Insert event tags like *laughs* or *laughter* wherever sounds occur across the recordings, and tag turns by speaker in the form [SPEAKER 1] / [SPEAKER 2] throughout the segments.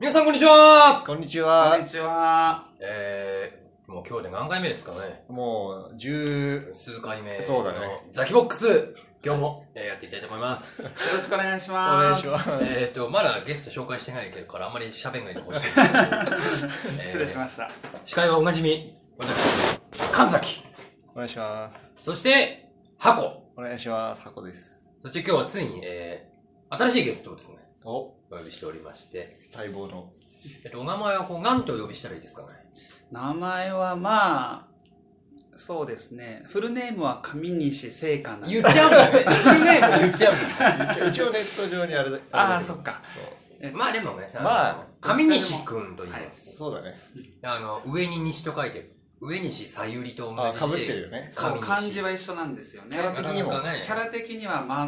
[SPEAKER 1] 皆さんこんにちは
[SPEAKER 2] こんにち
[SPEAKER 3] こ
[SPEAKER 2] は
[SPEAKER 3] んに。ちは。
[SPEAKER 1] えー、もう今日で何回目ですかね
[SPEAKER 2] もう、十、
[SPEAKER 1] 数回目。
[SPEAKER 2] そうだね。
[SPEAKER 1] ザキボックス今日も、えーやっていきたいと思います。
[SPEAKER 3] よろしくお願いし
[SPEAKER 2] お
[SPEAKER 3] ま
[SPEAKER 2] 願い
[SPEAKER 3] す。
[SPEAKER 2] します。
[SPEAKER 1] えっと、まだゲスト紹介してないけどからあんまり喋んないでほしい。
[SPEAKER 3] 失礼し
[SPEAKER 1] す。
[SPEAKER 3] ました。
[SPEAKER 1] 司会はおなじみ、私、神崎。
[SPEAKER 2] お願いします。
[SPEAKER 1] そして、箱。
[SPEAKER 2] お願いします。箱です。
[SPEAKER 1] そして今日はついに、えー、新しいゲストをですね、
[SPEAKER 2] お、
[SPEAKER 1] お呼びしておりまして、
[SPEAKER 2] 待望の。
[SPEAKER 1] えっと、お名前はこう何とお呼びしたらいいですかね
[SPEAKER 3] 名前はまあ、そうですね。フルネームは上西聖寛なん
[SPEAKER 1] 言
[SPEAKER 3] で。
[SPEAKER 1] っちゃうんだね。言えないもん言っちゃうんだね。
[SPEAKER 2] 一応ネット上にあれだ
[SPEAKER 3] あ
[SPEAKER 2] れ
[SPEAKER 3] あ、
[SPEAKER 2] だけど
[SPEAKER 3] そっか。
[SPEAKER 1] まあでもね、あの
[SPEAKER 2] まあ
[SPEAKER 1] 上西くんと言います。
[SPEAKER 2] そう。そうだね。
[SPEAKER 1] あの、上に西と書いてる。上西さゆりと同
[SPEAKER 2] あ
[SPEAKER 1] じ
[SPEAKER 2] ー、かぶってるよね。
[SPEAKER 3] そう、漢字
[SPEAKER 1] は
[SPEAKER 3] は一緒なんですよね。
[SPEAKER 2] キャ
[SPEAKER 1] な
[SPEAKER 2] ラ
[SPEAKER 1] か
[SPEAKER 2] 的
[SPEAKER 1] な
[SPEAKER 2] にも
[SPEAKER 1] かね。
[SPEAKER 3] キャラ的には、ま、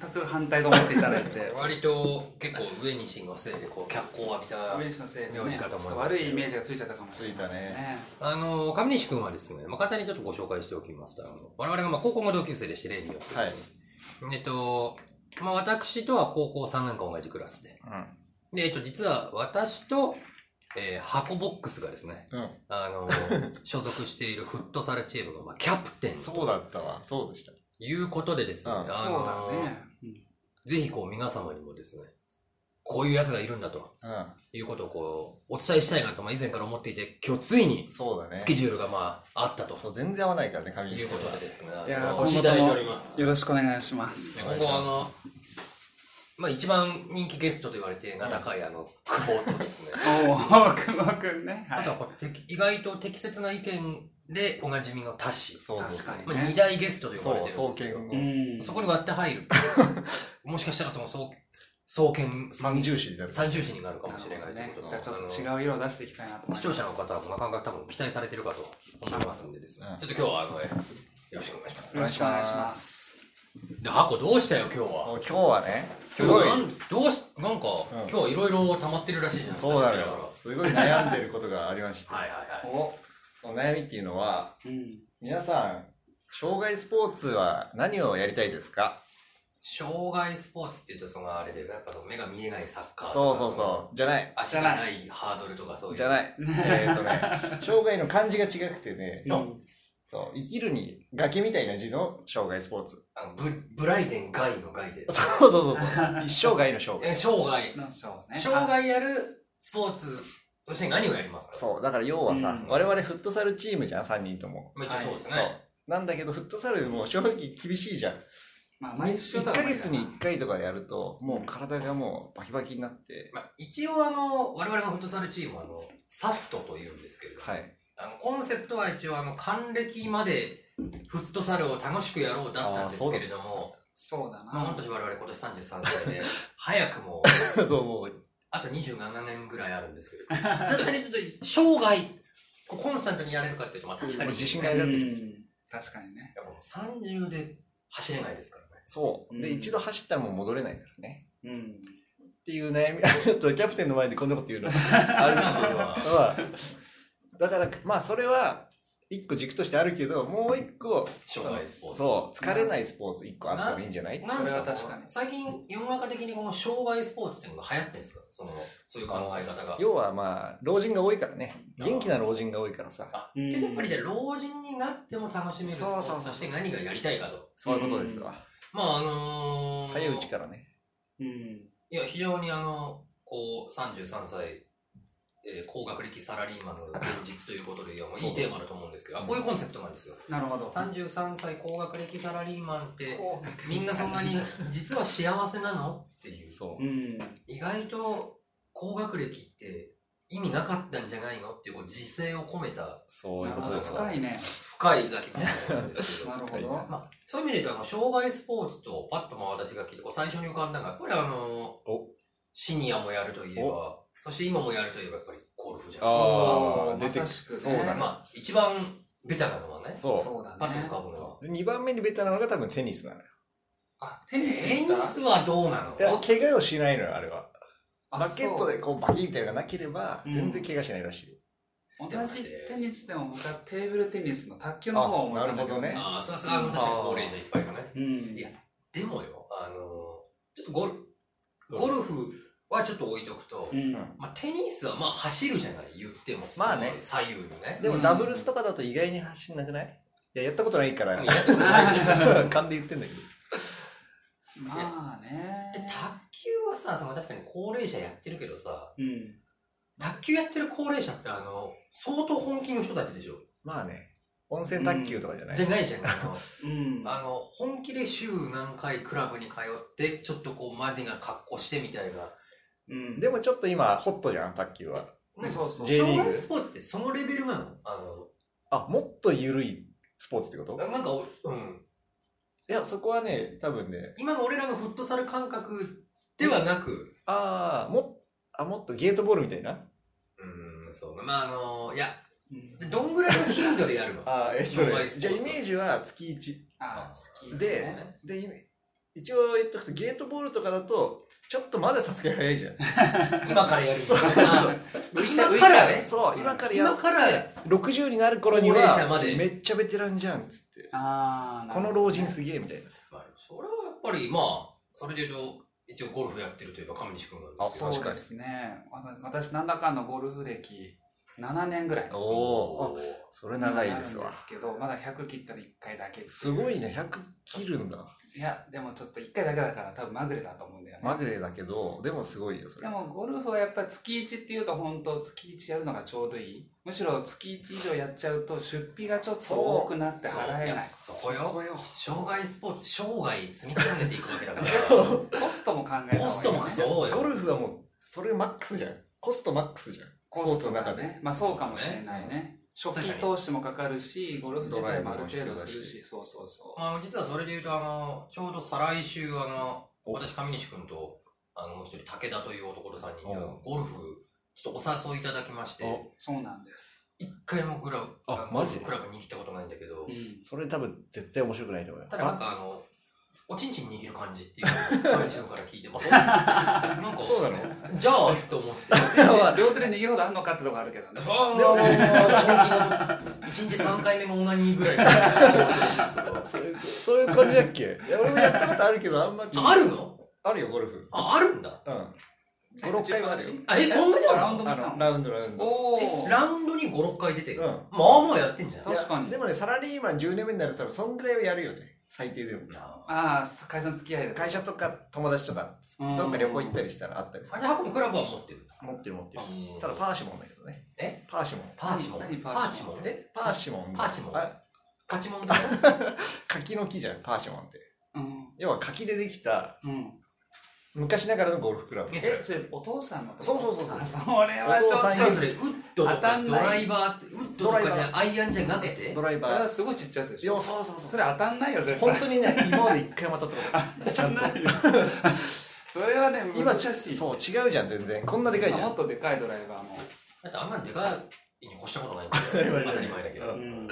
[SPEAKER 3] 全く反対と思っていただいて
[SPEAKER 1] 割と結構上西のせいでこう脚光を浴びた。
[SPEAKER 3] 上西のせいで、
[SPEAKER 1] 名字
[SPEAKER 3] ね、ち
[SPEAKER 1] かと
[SPEAKER 3] ょ
[SPEAKER 1] 思います
[SPEAKER 3] っと悪いイメージがついちゃったかもしれませんね。
[SPEAKER 1] あの、上西くんはですね、まあ、簡単にちょっとご紹介しておきますと、あの我々がまあ高校の同級生でして、例によってですね、えっと、まあ私とは高校3年間同じクラスで。
[SPEAKER 2] うん。
[SPEAKER 1] で、えっと、実は私と、えー箱ボックスがですね、
[SPEAKER 2] うん
[SPEAKER 1] あの、所属しているフットサルチームが、まあ、キャプテンと
[SPEAKER 2] そうだったわ。そうでした。
[SPEAKER 1] いうことでですね、
[SPEAKER 2] うん
[SPEAKER 1] あの
[SPEAKER 3] そうだね。うん
[SPEAKER 1] ぜひこう皆様にもですね、こういうやつがいるんだと
[SPEAKER 2] う
[SPEAKER 1] いうことをこう、お伝えしたいなと、まあ、以前から思っていて、今日ついに
[SPEAKER 2] ん。そうだね
[SPEAKER 1] ス。ケジュールがまあ、あったと。
[SPEAKER 2] そう、全然合わないからね、
[SPEAKER 1] い
[SPEAKER 2] 紙
[SPEAKER 1] うことでですね、
[SPEAKER 3] いやー
[SPEAKER 1] そうご指導いただいております。
[SPEAKER 3] よろしくお願いします。
[SPEAKER 1] でここはあの、まあ一番人気ゲストと言われて名高いあの、久保とです
[SPEAKER 3] *laughs*
[SPEAKER 1] ね、
[SPEAKER 3] おお、久保くんね。は
[SPEAKER 1] あ
[SPEAKER 3] い
[SPEAKER 1] とはこうてき意外と適切な意見でおなじみのタシ。
[SPEAKER 2] そうそう
[SPEAKER 3] 確かに
[SPEAKER 1] まあ、二大ゲストと呼ばれ
[SPEAKER 2] そ
[SPEAKER 1] て
[SPEAKER 2] う、
[SPEAKER 1] るん
[SPEAKER 2] 総
[SPEAKER 1] ですけど、
[SPEAKER 2] 研
[SPEAKER 3] う
[SPEAKER 2] を
[SPEAKER 3] ん。
[SPEAKER 1] そこに割って入
[SPEAKER 3] *laughs*
[SPEAKER 1] る。もしかしたらその総、総研
[SPEAKER 2] 三重視になる。
[SPEAKER 1] 三重視になるか
[SPEAKER 3] な
[SPEAKER 1] も
[SPEAKER 3] る
[SPEAKER 1] し
[SPEAKER 3] ほ
[SPEAKER 1] れ
[SPEAKER 3] ど
[SPEAKER 1] ない
[SPEAKER 3] ね
[SPEAKER 1] というこ。と
[SPEAKER 3] じゃあちょっと違
[SPEAKER 1] あ
[SPEAKER 3] う色を出していきたいなと
[SPEAKER 1] の
[SPEAKER 3] 思
[SPEAKER 1] 視
[SPEAKER 3] いま
[SPEAKER 1] 聴
[SPEAKER 3] す
[SPEAKER 1] 者。の方もなかなか多分期待されてるかと思いますんでですね
[SPEAKER 2] うん。
[SPEAKER 1] ちょっと今日はあの、えよろしくお願いします
[SPEAKER 3] よ。ろしくお願いします。
[SPEAKER 1] で、箱どうしたよ今日は。
[SPEAKER 2] もう今日はね、すごい。
[SPEAKER 1] 今日なんどうし、なんか、今
[SPEAKER 2] ん
[SPEAKER 1] 日はいろいろ溜まってるらしいじゃん。
[SPEAKER 2] そう
[SPEAKER 1] 久
[SPEAKER 2] なの
[SPEAKER 1] しぶり
[SPEAKER 2] よ。すごい悩んでることがありまして。
[SPEAKER 1] からはいはいはい。
[SPEAKER 3] お、
[SPEAKER 2] その悩みっていうのは、
[SPEAKER 3] うん。
[SPEAKER 2] 皆さん、障害スポーツは何をやりたいですか
[SPEAKER 1] 障害スポーツっていうと、そのあれで、やっぱその目が見えないサッカーとか。
[SPEAKER 2] そうそう
[SPEAKER 1] の
[SPEAKER 2] そう。じゃない。
[SPEAKER 1] 足がないハードルとかそういう。。
[SPEAKER 2] じゃない *laughs* い。えっとね、障害の漢字が違くてね、
[SPEAKER 1] の
[SPEAKER 3] うん
[SPEAKER 2] そう、生きるに崖みたいな字の障害スポーツ。
[SPEAKER 1] あのブブライデン外の外で。
[SPEAKER 2] そうそうそうそう。 *laughs* 一生涯の障
[SPEAKER 1] え、
[SPEAKER 2] 害。
[SPEAKER 1] 障害。
[SPEAKER 3] なんでしょうね。
[SPEAKER 1] 障害やるスポーツとして何をやりますか
[SPEAKER 2] そう、だから要はさ、
[SPEAKER 3] うん
[SPEAKER 2] 我々フットサルチームじゃん、3人とも。
[SPEAKER 1] う。まあ、一応そうです
[SPEAKER 2] そ
[SPEAKER 1] ね。
[SPEAKER 2] う。なんだけど、フットサルもう正直厳しいじゃん。
[SPEAKER 3] まあ、毎週
[SPEAKER 2] 1
[SPEAKER 3] とは
[SPEAKER 2] ヶ
[SPEAKER 3] 思えない
[SPEAKER 2] 月に1回とかやると、もう体がもうバキバキになって、
[SPEAKER 1] まあ、一応あの、我々のフットサルチームはあの、サフトというんですけれども、
[SPEAKER 2] はい。
[SPEAKER 1] あのコンセプトは一応あの、還暦までフットサルを楽しくやろうだったんですけれども、
[SPEAKER 3] そうだな。
[SPEAKER 1] まあ、本当に我々今年33歳で、早くも、
[SPEAKER 2] *laughs* そう、もう、
[SPEAKER 1] あと27年ぐらいあるんですけれども、確かにちょっと、生涯、こうコンスタントにやれるかっていうと、まあ確かに、
[SPEAKER 2] もう自信
[SPEAKER 1] い
[SPEAKER 2] がなってきて。
[SPEAKER 3] うん確かにね。
[SPEAKER 1] やもう30で走れないですからね。
[SPEAKER 2] そう。で、
[SPEAKER 3] うん
[SPEAKER 2] 一度走ったらもう戻れないからね。
[SPEAKER 3] うん。
[SPEAKER 2] っていう悩み、 *laughs* ちょっとキャプテンの前でこんなこと言うの *laughs* あれですけど、まあだから、まあそれは一個軸としてあるけど、もう一個、
[SPEAKER 1] 障害スポーツ。
[SPEAKER 2] そう、疲れないスポーツ一個あってもいいんじゃない
[SPEAKER 1] なんす
[SPEAKER 3] それは
[SPEAKER 1] か
[SPEAKER 3] 確かに
[SPEAKER 1] 最近世の中的にこの障害スポーツっていうのが流行ってるんですかそのそういう考え方が。
[SPEAKER 2] 要はまあ、老人が多いからね、元気な老人が多いからさ、
[SPEAKER 1] あ結構やっぱりじゃあ老人になっても楽しめるスポー
[SPEAKER 2] そうそう
[SPEAKER 1] ツと
[SPEAKER 2] そうそう
[SPEAKER 1] して何がやりたいかと。
[SPEAKER 2] そういうことですわ。
[SPEAKER 1] まああのー、
[SPEAKER 2] 早いうちからね。
[SPEAKER 3] うん。
[SPEAKER 1] いや非常にあのこう33歳、えー高学歴サラリーマンの現実ということでいやもう
[SPEAKER 2] そう
[SPEAKER 1] いいテーマだと思うんですけどあこういうコンセプトなんですよ。
[SPEAKER 3] なるほど。
[SPEAKER 1] 33歳高学歴サラリーマンって
[SPEAKER 3] こう
[SPEAKER 1] みんなそんなに。実は幸せなのっていう。
[SPEAKER 2] そうう。
[SPEAKER 3] ん。
[SPEAKER 1] 意外と高学歴って意味なかったんじゃないのっていうこう自制を込めた
[SPEAKER 2] そうい
[SPEAKER 3] な
[SPEAKER 2] うこ
[SPEAKER 3] るほ
[SPEAKER 2] と
[SPEAKER 3] ど。
[SPEAKER 2] です
[SPEAKER 1] なる
[SPEAKER 2] わ。
[SPEAKER 3] 深いね。
[SPEAKER 1] 深い崎君なんですけ
[SPEAKER 2] *laughs*
[SPEAKER 1] ど
[SPEAKER 3] なるほ
[SPEAKER 2] 深い
[SPEAKER 3] ど
[SPEAKER 2] ね。
[SPEAKER 1] まあ、そういう意味で言うとあの障害スポーツとパッとまあ私が聞いてこう最初に浮かんだのがやっぱりあの
[SPEAKER 2] お
[SPEAKER 1] シニアもやるといえばそして今もやるといえばやっぱりゴルフじゃないですか
[SPEAKER 2] あ
[SPEAKER 3] そう
[SPEAKER 2] ー出て
[SPEAKER 3] ま
[SPEAKER 2] き
[SPEAKER 3] さしくね
[SPEAKER 2] そうだね。
[SPEAKER 1] まあ、一番ベタなのはね
[SPEAKER 2] そ
[SPEAKER 3] そうだね。
[SPEAKER 1] パッと浮かぶのは
[SPEAKER 2] う。で2番目にベタなのが多分テニスなのよ。
[SPEAKER 3] あ、テニス
[SPEAKER 1] テニスはどうなの
[SPEAKER 2] いや怪我をしないのよ、あれは。
[SPEAKER 3] あ
[SPEAKER 2] バケットでこうバキンみたいなのがなければ、
[SPEAKER 3] うん
[SPEAKER 2] 全然怪我しないらしいよ。
[SPEAKER 3] そう同じテニスでも僕はテーブルテニスの卓球の方を思ったんだけ
[SPEAKER 2] あなるほどね
[SPEAKER 1] ああそれはそれは確かに高齢者いっぱいがね
[SPEAKER 3] うん。
[SPEAKER 1] いやでもよあのちょっとゴルゴルフはちょっと置いとくと、
[SPEAKER 3] うん
[SPEAKER 1] まあ、テニスはまあ走るじゃない言っても
[SPEAKER 2] まあね
[SPEAKER 1] その左右にね
[SPEAKER 2] でもダブルスとかだと意外に走んなくないいや、や *laughs* ったことないから
[SPEAKER 1] うん、やったことないけど
[SPEAKER 2] 勘で言ってんだけど。
[SPEAKER 3] まあ
[SPEAKER 1] で
[SPEAKER 3] ね。
[SPEAKER 1] 卓球はさその確かに高齢者やってるけどさ
[SPEAKER 3] うん。
[SPEAKER 1] 卓球やってる高齢者ってあの相当本気の人たちでしょ
[SPEAKER 2] まあね、温泉卓球とかじゃない。
[SPEAKER 1] じゃないじゃんあの
[SPEAKER 2] *laughs*
[SPEAKER 3] うん。
[SPEAKER 1] あの本気で週何回クラブに通ってちょっとこうマジな格好してみたいな
[SPEAKER 3] うん。
[SPEAKER 2] でもちょっと今、ホットじゃん、卓球は。
[SPEAKER 1] なんか
[SPEAKER 3] そうそう
[SPEAKER 2] J リーグ
[SPEAKER 1] 障害スポーツってそのレベルなのあ
[SPEAKER 2] あ、もっと緩いスポーツってこと
[SPEAKER 1] のなんかお、うん、
[SPEAKER 2] いや、そこはね、多分ね、
[SPEAKER 1] 今の俺らのフットサル感覚ではなく、
[SPEAKER 2] ああ、もあ、もっとゲートボールみたいな。
[SPEAKER 1] うん、そうまああのいや
[SPEAKER 3] うん
[SPEAKER 1] どんぐらいの頻度でやるの
[SPEAKER 2] *laughs* ああ、えっと
[SPEAKER 1] 障
[SPEAKER 2] ね、
[SPEAKER 1] 害スポーツ
[SPEAKER 2] じゃあイメージは月1。
[SPEAKER 3] あ好き
[SPEAKER 2] で *laughs*
[SPEAKER 3] ね
[SPEAKER 2] で今一応言っとくとゲートボールとかだとちょっとまださすがに早いじゃん
[SPEAKER 1] 今からやる
[SPEAKER 2] そうそう
[SPEAKER 1] あ今からね
[SPEAKER 2] そう今からや
[SPEAKER 1] 今
[SPEAKER 2] る
[SPEAKER 1] から
[SPEAKER 2] 60になる頃に
[SPEAKER 1] 高齢者
[SPEAKER 2] は
[SPEAKER 1] まで
[SPEAKER 2] めっちゃベテランじゃんっつって
[SPEAKER 3] ああ、
[SPEAKER 2] この老人すげえみたいな
[SPEAKER 1] まあそれはやっぱりまあそれで言うと一応ゴルフやってるといえば上西君なんですけど
[SPEAKER 3] そ
[SPEAKER 2] 確
[SPEAKER 3] う
[SPEAKER 2] か
[SPEAKER 3] で
[SPEAKER 2] に
[SPEAKER 3] すね。わた私、なんだかんだゴルフ歴7年ぐらい。
[SPEAKER 2] お
[SPEAKER 1] お
[SPEAKER 2] お
[SPEAKER 1] ー
[SPEAKER 2] それ長いです
[SPEAKER 3] なるん
[SPEAKER 2] わ
[SPEAKER 3] ですけど、まだ100切ったら1回だけっていう
[SPEAKER 2] すごい。ね100切るんだ
[SPEAKER 3] いや、でもちょっと1回だけだから多分まぐれだと思うんだよね。
[SPEAKER 2] まぐれだけどでもすごいよそ
[SPEAKER 3] で
[SPEAKER 2] れ
[SPEAKER 3] もゴルフはやっぱり月1っていうと本当月1やるのがちょうどいい。むしろ月1以上やっちゃうと出費がちょっと多くなって
[SPEAKER 1] そう
[SPEAKER 3] 払えない。
[SPEAKER 1] そこよ
[SPEAKER 2] こよ
[SPEAKER 1] 障害スポーツ生涯積み重ねていくわけだ *laughs* から
[SPEAKER 3] コストも考えた方がいい、ね。
[SPEAKER 1] コストもそう
[SPEAKER 2] ゴ
[SPEAKER 1] よ
[SPEAKER 2] ルフはもうそれマックスじゃんコストマックスじゃんスポ
[SPEAKER 3] コ
[SPEAKER 2] ー
[SPEAKER 3] ス
[SPEAKER 2] ツの
[SPEAKER 3] トが
[SPEAKER 2] 中で、
[SPEAKER 3] ね。まあそうかもしれない
[SPEAKER 2] そう
[SPEAKER 3] ね。初期投資もかかるし、ゴルフ自体もある程
[SPEAKER 2] ドライ
[SPEAKER 3] 度
[SPEAKER 2] ブも
[SPEAKER 3] す
[SPEAKER 2] 必要だし
[SPEAKER 3] るし、そうそうそ
[SPEAKER 1] まあ実はそれで言うとあのちょうど再来週あの
[SPEAKER 2] お
[SPEAKER 1] 私上西君とあのもう一人武田という男の3人で
[SPEAKER 2] お
[SPEAKER 1] ゴルフちょっとお誘いいただきまして
[SPEAKER 2] お
[SPEAKER 3] う。そうなんです。
[SPEAKER 1] 一回もクラブ
[SPEAKER 2] あ
[SPEAKER 1] の
[SPEAKER 2] マジ
[SPEAKER 1] クラブに行ったことないんだけど
[SPEAKER 3] うん
[SPEAKER 2] それ多分絶対面白くないと思うよ
[SPEAKER 1] ただなん
[SPEAKER 2] あ
[SPEAKER 1] かあのおちんちん握る感じっていうのを上西君から聞いてますなんか
[SPEAKER 2] そうなの
[SPEAKER 1] じゃあと思って
[SPEAKER 3] 両手で握るほどあんのかってとこあるけどね。
[SPEAKER 1] そうもう1日3回目のオナニーぐらいあ
[SPEAKER 2] *laughs* そういうそういう感じだっけいや俺もやったことあるけどあんまちょっと
[SPEAKER 1] るの
[SPEAKER 2] あるよゴルフ
[SPEAKER 1] ああるんだ
[SPEAKER 2] うん56回はあるよ
[SPEAKER 1] あえそんなにある
[SPEAKER 3] ラウンド見
[SPEAKER 2] あ
[SPEAKER 3] た
[SPEAKER 2] の
[SPEAKER 3] の
[SPEAKER 2] ラウンドラウンド
[SPEAKER 3] おお。
[SPEAKER 1] ラウンドに56回出て
[SPEAKER 2] うん
[SPEAKER 1] る、まあまあやってんじゃない
[SPEAKER 2] いや
[SPEAKER 3] 確かに
[SPEAKER 2] でもねサラリーマン10年目になると多分そんぐらいはやるよね最低でも
[SPEAKER 3] ああ、会社の付き合いで。
[SPEAKER 2] 会社とか友達とか
[SPEAKER 3] うん
[SPEAKER 2] どっか旅行行ったりしたらあったりする
[SPEAKER 1] サニハコもクラブは持ってる
[SPEAKER 2] 持ってる持ってるた
[SPEAKER 1] た
[SPEAKER 2] だ
[SPEAKER 1] だ
[SPEAKER 2] パーシモンだけどね
[SPEAKER 1] え
[SPEAKER 2] パーシモン
[SPEAKER 1] パーチモン
[SPEAKER 3] 何
[SPEAKER 1] パ
[SPEAKER 3] パ
[SPEAKER 1] ー
[SPEAKER 3] ー
[SPEAKER 1] チ
[SPEAKER 3] チ
[SPEAKER 1] モ
[SPEAKER 3] モ
[SPEAKER 1] ン
[SPEAKER 3] ン
[SPEAKER 1] ね
[SPEAKER 2] パーシモン
[SPEAKER 1] パーチモン
[SPEAKER 2] あ
[SPEAKER 1] パチモンだよ
[SPEAKER 2] 柿の木じゃんパーシモンって
[SPEAKER 3] うん。
[SPEAKER 2] 要は柿でできた
[SPEAKER 3] うん。
[SPEAKER 2] 昔ながらのゴルフクラブ
[SPEAKER 1] え
[SPEAKER 3] え、それお父さんのとこ
[SPEAKER 2] そうそうそうそう
[SPEAKER 3] あそれはちょ
[SPEAKER 2] お父さん
[SPEAKER 3] っ
[SPEAKER 1] 多分それウッドと
[SPEAKER 3] 当た
[SPEAKER 1] か
[SPEAKER 3] ん
[SPEAKER 1] ド
[SPEAKER 3] ない
[SPEAKER 1] ライバーってウッドとかじ
[SPEAKER 2] ドライ
[SPEAKER 1] ゃアイアンじゃなくて
[SPEAKER 2] ドライ
[SPEAKER 3] と。それ
[SPEAKER 2] バ
[SPEAKER 3] は
[SPEAKER 2] ー
[SPEAKER 3] すごいちっちゃいやつでし
[SPEAKER 2] 要
[SPEAKER 3] ょ。
[SPEAKER 2] はそうそうそう
[SPEAKER 3] それ当たんないよ、絶対。
[SPEAKER 2] 本当にね今まで一回も当たったことないちゃんと
[SPEAKER 3] *laughs*
[SPEAKER 2] *laughs*
[SPEAKER 3] それはね、
[SPEAKER 2] 今
[SPEAKER 3] 難しい。
[SPEAKER 2] そう違うじゃん全然こんなでかいじゃ
[SPEAKER 3] もっ
[SPEAKER 2] ん
[SPEAKER 3] とでかいドライバーも。
[SPEAKER 1] だってあんなんでかいに越した
[SPEAKER 2] *laughs*
[SPEAKER 1] ことないんだよ
[SPEAKER 2] たり前
[SPEAKER 1] 当
[SPEAKER 2] だよ
[SPEAKER 1] たり前だけど、
[SPEAKER 2] うん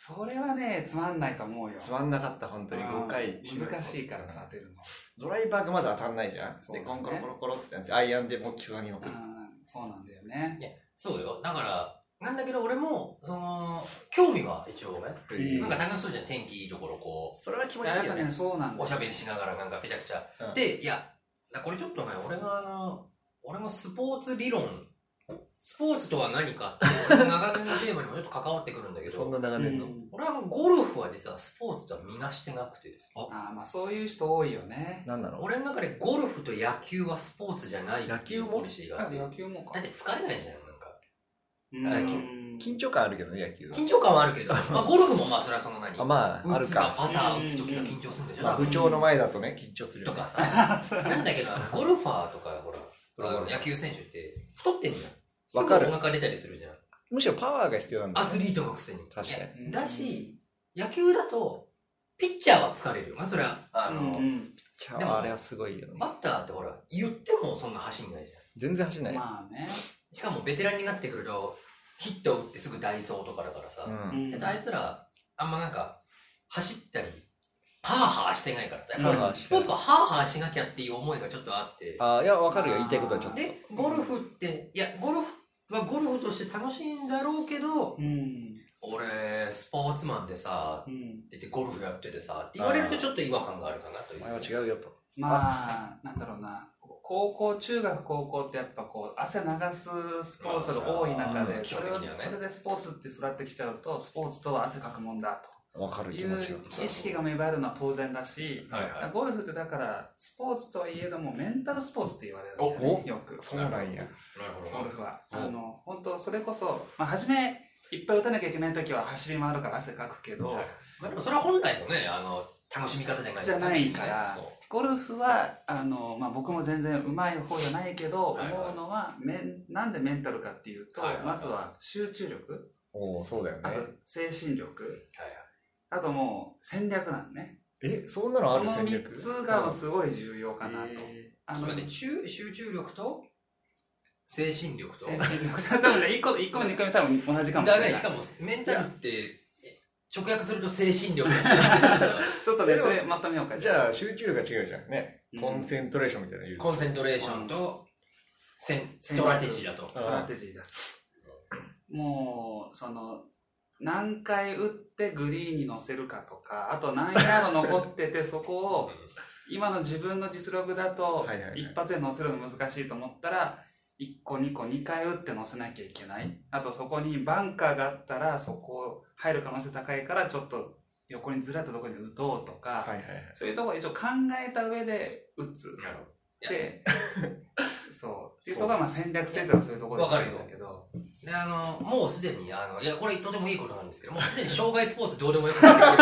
[SPEAKER 3] それはね、つまんないと思うよ。
[SPEAKER 2] つまんなかった本当に
[SPEAKER 3] う
[SPEAKER 2] 5
[SPEAKER 3] ん
[SPEAKER 2] 回
[SPEAKER 3] 難しいからさ、当てるの。
[SPEAKER 2] ドライバーがまず当たんないじゃん
[SPEAKER 3] そう
[SPEAKER 2] で
[SPEAKER 3] だね
[SPEAKER 2] コンコロコロコロってやってアイアンでもう基礎に置く
[SPEAKER 3] うん、そうなんだよね。
[SPEAKER 1] そうよだからなんだけど俺もその興味は一応ね
[SPEAKER 2] っていううん
[SPEAKER 1] なんか楽しそうじゃん天気いいところこ
[SPEAKER 2] それは気持ちいい
[SPEAKER 3] やっ
[SPEAKER 2] よ
[SPEAKER 3] ぱね、
[SPEAKER 2] ね
[SPEAKER 3] そうなん
[SPEAKER 1] うお
[SPEAKER 3] だよ
[SPEAKER 1] しゃべりしながらなんかめちゃくちゃ、
[SPEAKER 2] うん
[SPEAKER 1] でいやだこれちょっとね俺があの俺のスポーツ理論スポーツとは何かっていう俺の長年のテーマにもちょっと関わってくるんだけ
[SPEAKER 2] そん
[SPEAKER 1] ど
[SPEAKER 2] な長年の
[SPEAKER 3] うん
[SPEAKER 1] 俺はあのゴルフは実はスポーツとは見なしてなくてですね
[SPEAKER 3] あーまあ、そういう人多いよね。
[SPEAKER 2] 何なの
[SPEAKER 1] 俺の中でゴルフと野球はスポーツじゃないっていう
[SPEAKER 2] 野球も
[SPEAKER 1] ポリシーがあ
[SPEAKER 3] あ
[SPEAKER 1] って
[SPEAKER 3] 野球も
[SPEAKER 1] だ
[SPEAKER 3] か
[SPEAKER 1] っ。て疲れないじゃんなんか
[SPEAKER 3] うん
[SPEAKER 2] 野球緊張感あるけどね野球は
[SPEAKER 1] 緊張感はある
[SPEAKER 2] *laughs*
[SPEAKER 1] けど、まあ、ゴルフもまあそれはその何
[SPEAKER 2] あま
[SPEAKER 1] 打
[SPEAKER 2] あある
[SPEAKER 1] つか
[SPEAKER 2] か
[SPEAKER 1] パター打つときは緊張するんでしょ、
[SPEAKER 2] まあ
[SPEAKER 1] 多分
[SPEAKER 2] 部長の前だとね緊張するよ
[SPEAKER 1] と
[SPEAKER 2] ね
[SPEAKER 1] かさなんだけ
[SPEAKER 2] *laughs*
[SPEAKER 1] どゴルファーとかほら
[SPEAKER 2] プロゴルファー
[SPEAKER 1] 野球選手って太ってんじゃんす
[SPEAKER 2] わ
[SPEAKER 1] ぐ
[SPEAKER 2] かる
[SPEAKER 1] お腹出たりするじゃん
[SPEAKER 2] むしろパワーが必要なんだ
[SPEAKER 1] ア
[SPEAKER 2] よ
[SPEAKER 1] スリートのくせに
[SPEAKER 2] 確かに
[SPEAKER 1] いやだし、野球だとピッチャーは疲れるよまあそれはあ
[SPEAKER 3] う
[SPEAKER 1] の、
[SPEAKER 3] んうん
[SPEAKER 2] じゃあ
[SPEAKER 1] でも
[SPEAKER 2] あれはすごいよね
[SPEAKER 1] バッターってほら言ってもそんな走んないじゃん
[SPEAKER 2] 全然走んないよ
[SPEAKER 3] まあね。
[SPEAKER 1] しかもベテランになってくるとヒット打ってすぐダイソーとかだからさ、
[SPEAKER 2] うん
[SPEAKER 1] であいつらあんまなんか走ったりハーハーしてないからさやっぱ
[SPEAKER 2] パ
[SPEAKER 1] り
[SPEAKER 2] ワー
[SPEAKER 1] ス
[SPEAKER 2] して
[SPEAKER 1] ポ
[SPEAKER 2] る
[SPEAKER 1] ーツはハーハーしなきゃっていう思いがちょっとあって
[SPEAKER 2] あいやわかるよ言いたいことはちょっと
[SPEAKER 1] でゴルフっていやゴルフはゴルフとして楽しいんだろうけど
[SPEAKER 3] うん。
[SPEAKER 1] 俺スポーツマンでさ
[SPEAKER 3] うん。
[SPEAKER 1] って言ってゴルフやっててさって言われるとちょっと違和感があるかなという
[SPEAKER 2] お前は違うよと
[SPEAKER 3] まあ、なんだろうな、高校、中学、高校ってやっぱこう、汗流すスポーツが多い中
[SPEAKER 1] まあ
[SPEAKER 3] で、
[SPEAKER 1] 基
[SPEAKER 3] そ
[SPEAKER 1] 本
[SPEAKER 3] れ
[SPEAKER 1] 的
[SPEAKER 3] を
[SPEAKER 1] にはね
[SPEAKER 3] それでスポーツって育ってきちゃうと、スポーツとは汗かくもんだ
[SPEAKER 2] わか
[SPEAKER 3] と
[SPEAKER 2] る
[SPEAKER 3] い
[SPEAKER 2] 気
[SPEAKER 3] う
[SPEAKER 2] 持ちが。
[SPEAKER 3] 意識が芽生えるのは当然だし、
[SPEAKER 1] はいはい。
[SPEAKER 3] ゴルフってだから、スポーツとはいえども、メンタルスポーツって言われるんだよね、よく。
[SPEAKER 2] そうなんや。
[SPEAKER 1] なるほ
[SPEAKER 3] ゴルフは。
[SPEAKER 2] お
[SPEAKER 3] あの、本当それこそ、まあ、初め、いっぱい打たなきゃいけない時は走り回るから汗かくけど、
[SPEAKER 1] はいまあ、でもそれは本来のね、あの、楽しみ方じゃない
[SPEAKER 3] じゃないから
[SPEAKER 1] そう。
[SPEAKER 3] ゴルフはあの、まあ、僕も全然うまい方じゃないけど
[SPEAKER 1] はいはい
[SPEAKER 3] 思うのはめんなんでメンタルかっていうと、
[SPEAKER 1] はいはいはい
[SPEAKER 3] まずは集中力
[SPEAKER 2] おお、そうだよ
[SPEAKER 3] あと
[SPEAKER 2] ね。
[SPEAKER 3] 精神力
[SPEAKER 1] はいはい。
[SPEAKER 3] あともう戦略なんね
[SPEAKER 2] え、そんなのある
[SPEAKER 3] この
[SPEAKER 2] 戦略
[SPEAKER 3] 3つがすごい重要かなと、
[SPEAKER 2] え
[SPEAKER 3] あ
[SPEAKER 1] つ
[SPEAKER 3] の
[SPEAKER 1] まり集集中力と精神力と
[SPEAKER 3] 精神力 *laughs* 多分ね1個1個目2個目多分同じかもしれな
[SPEAKER 1] だ
[SPEAKER 3] い
[SPEAKER 1] ねしかもメンタルって直訳すると精神力
[SPEAKER 3] ちょっとね
[SPEAKER 2] でも
[SPEAKER 3] それまとめようか
[SPEAKER 2] ーじゃあ、集中力が違うじゃんね。
[SPEAKER 3] うん
[SPEAKER 2] コンセントレーションみたいなの言う。
[SPEAKER 1] コンセントレーションと戦ストラテジーだと
[SPEAKER 2] あ
[SPEAKER 3] ストラテジーですもうその何回打ってグリーンに乗せるかとかあと何ヤード残っててそこを今の自分の実力だと
[SPEAKER 2] はいはいはい
[SPEAKER 3] 一発で乗せるの難しいと思ったら1個2個2回打って乗せなきゃいけないあとそこにバンカーがあったらそこ入る可能性高いからちょっと横にずらったところに打とうとか、
[SPEAKER 2] はいはいはい。
[SPEAKER 3] そういうところ一応考えた上で打つ
[SPEAKER 1] なるほどいや
[SPEAKER 3] で *laughs* そうっていうところがまあ戦略性とかそういうところ
[SPEAKER 1] わかる
[SPEAKER 3] ん
[SPEAKER 1] よ
[SPEAKER 3] だけど
[SPEAKER 1] であのもうすでにあのいやこれとてもいいことなんですけどもうすでに *laughs* 障害スポーツどうでもよくなってるっ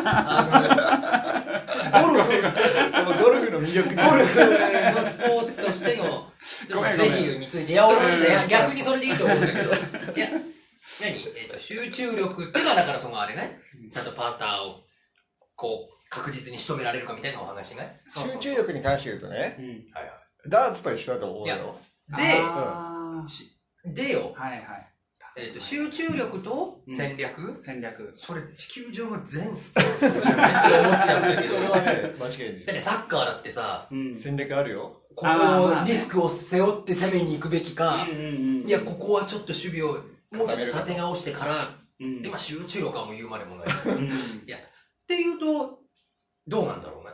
[SPEAKER 1] ていうあの
[SPEAKER 2] *laughs*
[SPEAKER 1] ゴルフ
[SPEAKER 2] このゴルフの魅力に。
[SPEAKER 1] ゴルフのスポーツとしての、ちょっとぜひについて、いや、俺もね
[SPEAKER 2] うん
[SPEAKER 1] 逆にそれでいいと思うんだけど、いや、何えっ、と、集中力ってのは、だからそのあれね、ちゃんとパーターを、こう、確実に仕留められるかみたいなお話ね。
[SPEAKER 3] そう
[SPEAKER 2] 集
[SPEAKER 3] そうそう
[SPEAKER 2] 中力に関して言うとね、
[SPEAKER 3] うん
[SPEAKER 2] ダーツと一緒だと思う
[SPEAKER 1] いや
[SPEAKER 2] よ。
[SPEAKER 3] あー
[SPEAKER 1] で、でよ、
[SPEAKER 3] はいはい
[SPEAKER 1] えっ、と、集中力と
[SPEAKER 3] うん
[SPEAKER 1] 戦略、
[SPEAKER 3] 戦略
[SPEAKER 1] それ、地球上の全スポーツと一緒だねって思っちゃうんだけ
[SPEAKER 2] そ
[SPEAKER 1] ど、
[SPEAKER 2] れ
[SPEAKER 1] だ
[SPEAKER 2] はね、間違い
[SPEAKER 1] っ
[SPEAKER 2] な
[SPEAKER 1] て
[SPEAKER 2] い。
[SPEAKER 1] サッカーだってさ、
[SPEAKER 3] うん
[SPEAKER 2] 戦略あるよ。
[SPEAKER 1] ここをリスクを背負って攻めに行くべきか
[SPEAKER 3] う、んうんうん
[SPEAKER 1] いや、ここはちょっと守備を、もうちょっと立て直してから
[SPEAKER 3] うん
[SPEAKER 1] 今集中力はもう言うまでもない。っ
[SPEAKER 3] うん
[SPEAKER 1] ていうと、どうなんだろうね。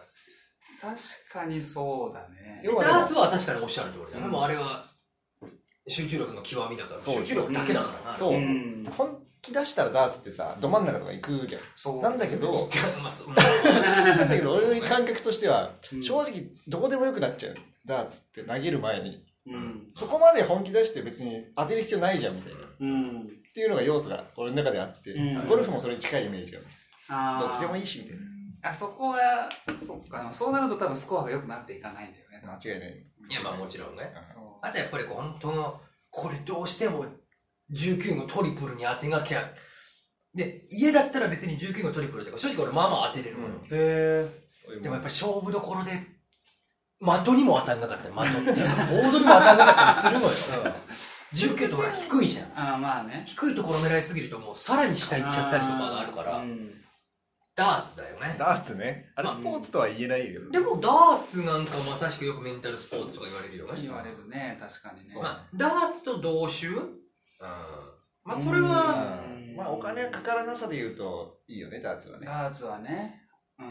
[SPEAKER 3] 確かにそうだね
[SPEAKER 2] 要は
[SPEAKER 1] ダーツは確かにおっしゃる通りだね。
[SPEAKER 3] うん
[SPEAKER 1] もうあれは、集中力の極みだから、
[SPEAKER 2] そう
[SPEAKER 1] 集中力だけだからな。
[SPEAKER 2] そう
[SPEAKER 1] う。
[SPEAKER 3] うん
[SPEAKER 2] 本気出したらダーツってさ、ど真ん中とか行くじゃん。
[SPEAKER 3] そう
[SPEAKER 2] なんだけど、
[SPEAKER 1] まあ、そう
[SPEAKER 2] なんだけど、俺の感覚としては、
[SPEAKER 3] うん
[SPEAKER 2] 正直どこでもよくなっちゃう。ダーツって投げる前に。
[SPEAKER 3] うん
[SPEAKER 2] そこまで本気出して別に当てる必要ないじゃんみたいな。っ
[SPEAKER 3] うん
[SPEAKER 2] ていうのが要素が俺の中であって、
[SPEAKER 3] うん
[SPEAKER 2] ゴルフもそれに近いイメージがある。ど
[SPEAKER 3] あ
[SPEAKER 2] っちでも
[SPEAKER 3] ー
[SPEAKER 2] いいしみたい
[SPEAKER 3] あそこはそっかそうなると多分スコアが良くなっていかないんだよね
[SPEAKER 2] な。間違いない。
[SPEAKER 1] いや、まあもちろんね。
[SPEAKER 3] そう
[SPEAKER 1] あとやっぱりこう本当の、これどうしても19のトリプルに当てなきゃ。で、家だったら別に19のトリプルとか、正直俺まあまあ当てれるのよ。
[SPEAKER 3] へ
[SPEAKER 2] そういう
[SPEAKER 1] でも
[SPEAKER 2] もん
[SPEAKER 1] やっぱり勝負どころで、的にも当たんなかったり、的って。大鳥も当たんなかったりするのよ。19とほら低いじゃん。
[SPEAKER 3] ああまあね
[SPEAKER 1] 低いところ狙いすぎるともうさらに下行っちゃったりとかがあるから、
[SPEAKER 3] うん
[SPEAKER 1] ダーツだよね
[SPEAKER 2] ダーツね。あれスポーツとは言えないけど。
[SPEAKER 1] でもダーツなんかまさしくよくメンタルスポーツとか言われるよね
[SPEAKER 3] 言われるね確かにね
[SPEAKER 2] そう
[SPEAKER 1] まあ、ダーツと同種うんまあそれは
[SPEAKER 2] うんまあお金かからなさで言うといいよね、ダーツはね。
[SPEAKER 3] ダーツはね、うん、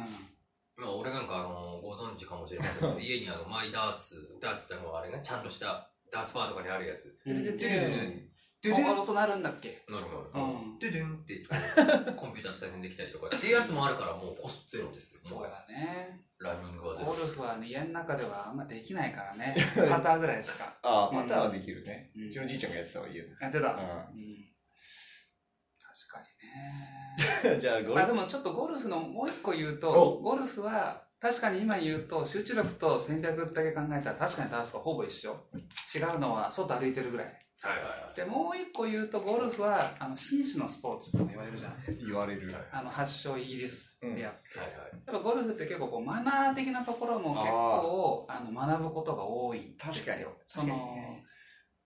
[SPEAKER 1] まあ俺なんかあのご存知かもしれませんけ
[SPEAKER 3] *laughs*
[SPEAKER 1] ど家にあのマイダーツダーツってのはあれねちゃんとしたダーツバーとかにあるやつ
[SPEAKER 3] うん
[SPEAKER 1] てれてれドゥドゥン
[SPEAKER 3] 心となるんだっけ
[SPEAKER 1] なるほ
[SPEAKER 3] う
[SPEAKER 1] ど
[SPEAKER 3] ん
[SPEAKER 1] ドゥドゥンって言ってコンピューター対戦できたりとかっていうやつもあるからもうコストゼロですよ
[SPEAKER 3] そうだね
[SPEAKER 1] ランニングはゼ
[SPEAKER 3] ゴ
[SPEAKER 1] ロ
[SPEAKER 3] ルフは、ね、家の中ではあんまできないか
[SPEAKER 2] *laughs*
[SPEAKER 3] らねパターぐらいしか
[SPEAKER 2] ああ、パターンはできるね。
[SPEAKER 3] うん
[SPEAKER 2] うちのじいちゃんがやってた方がいいよね。
[SPEAKER 3] やってた、うん、確
[SPEAKER 2] あ
[SPEAKER 3] かに
[SPEAKER 2] *laughs*
[SPEAKER 3] ね
[SPEAKER 2] じゃあ、ゴ
[SPEAKER 3] ま
[SPEAKER 2] ル
[SPEAKER 3] あ
[SPEAKER 2] フ
[SPEAKER 3] でもちょっとゴルフのもう一個言う
[SPEAKER 1] お
[SPEAKER 3] とゴルフは確かに今言うと集中力と戦略だけ考えたら確かにダーツとほぼ一緒違うのは外歩いてるぐらい
[SPEAKER 1] はいはいは
[SPEAKER 3] でもう一個言うとゴルフはあの紳士のスポーツとも言われるじゃない
[SPEAKER 2] 言われる。
[SPEAKER 3] あの発祥イギリスでやって、
[SPEAKER 1] いはいはい
[SPEAKER 3] やっぱゴルフって結構こうマナー的なところも結構あの学ぶことが多いんですよ。そ
[SPEAKER 2] 確かに
[SPEAKER 3] の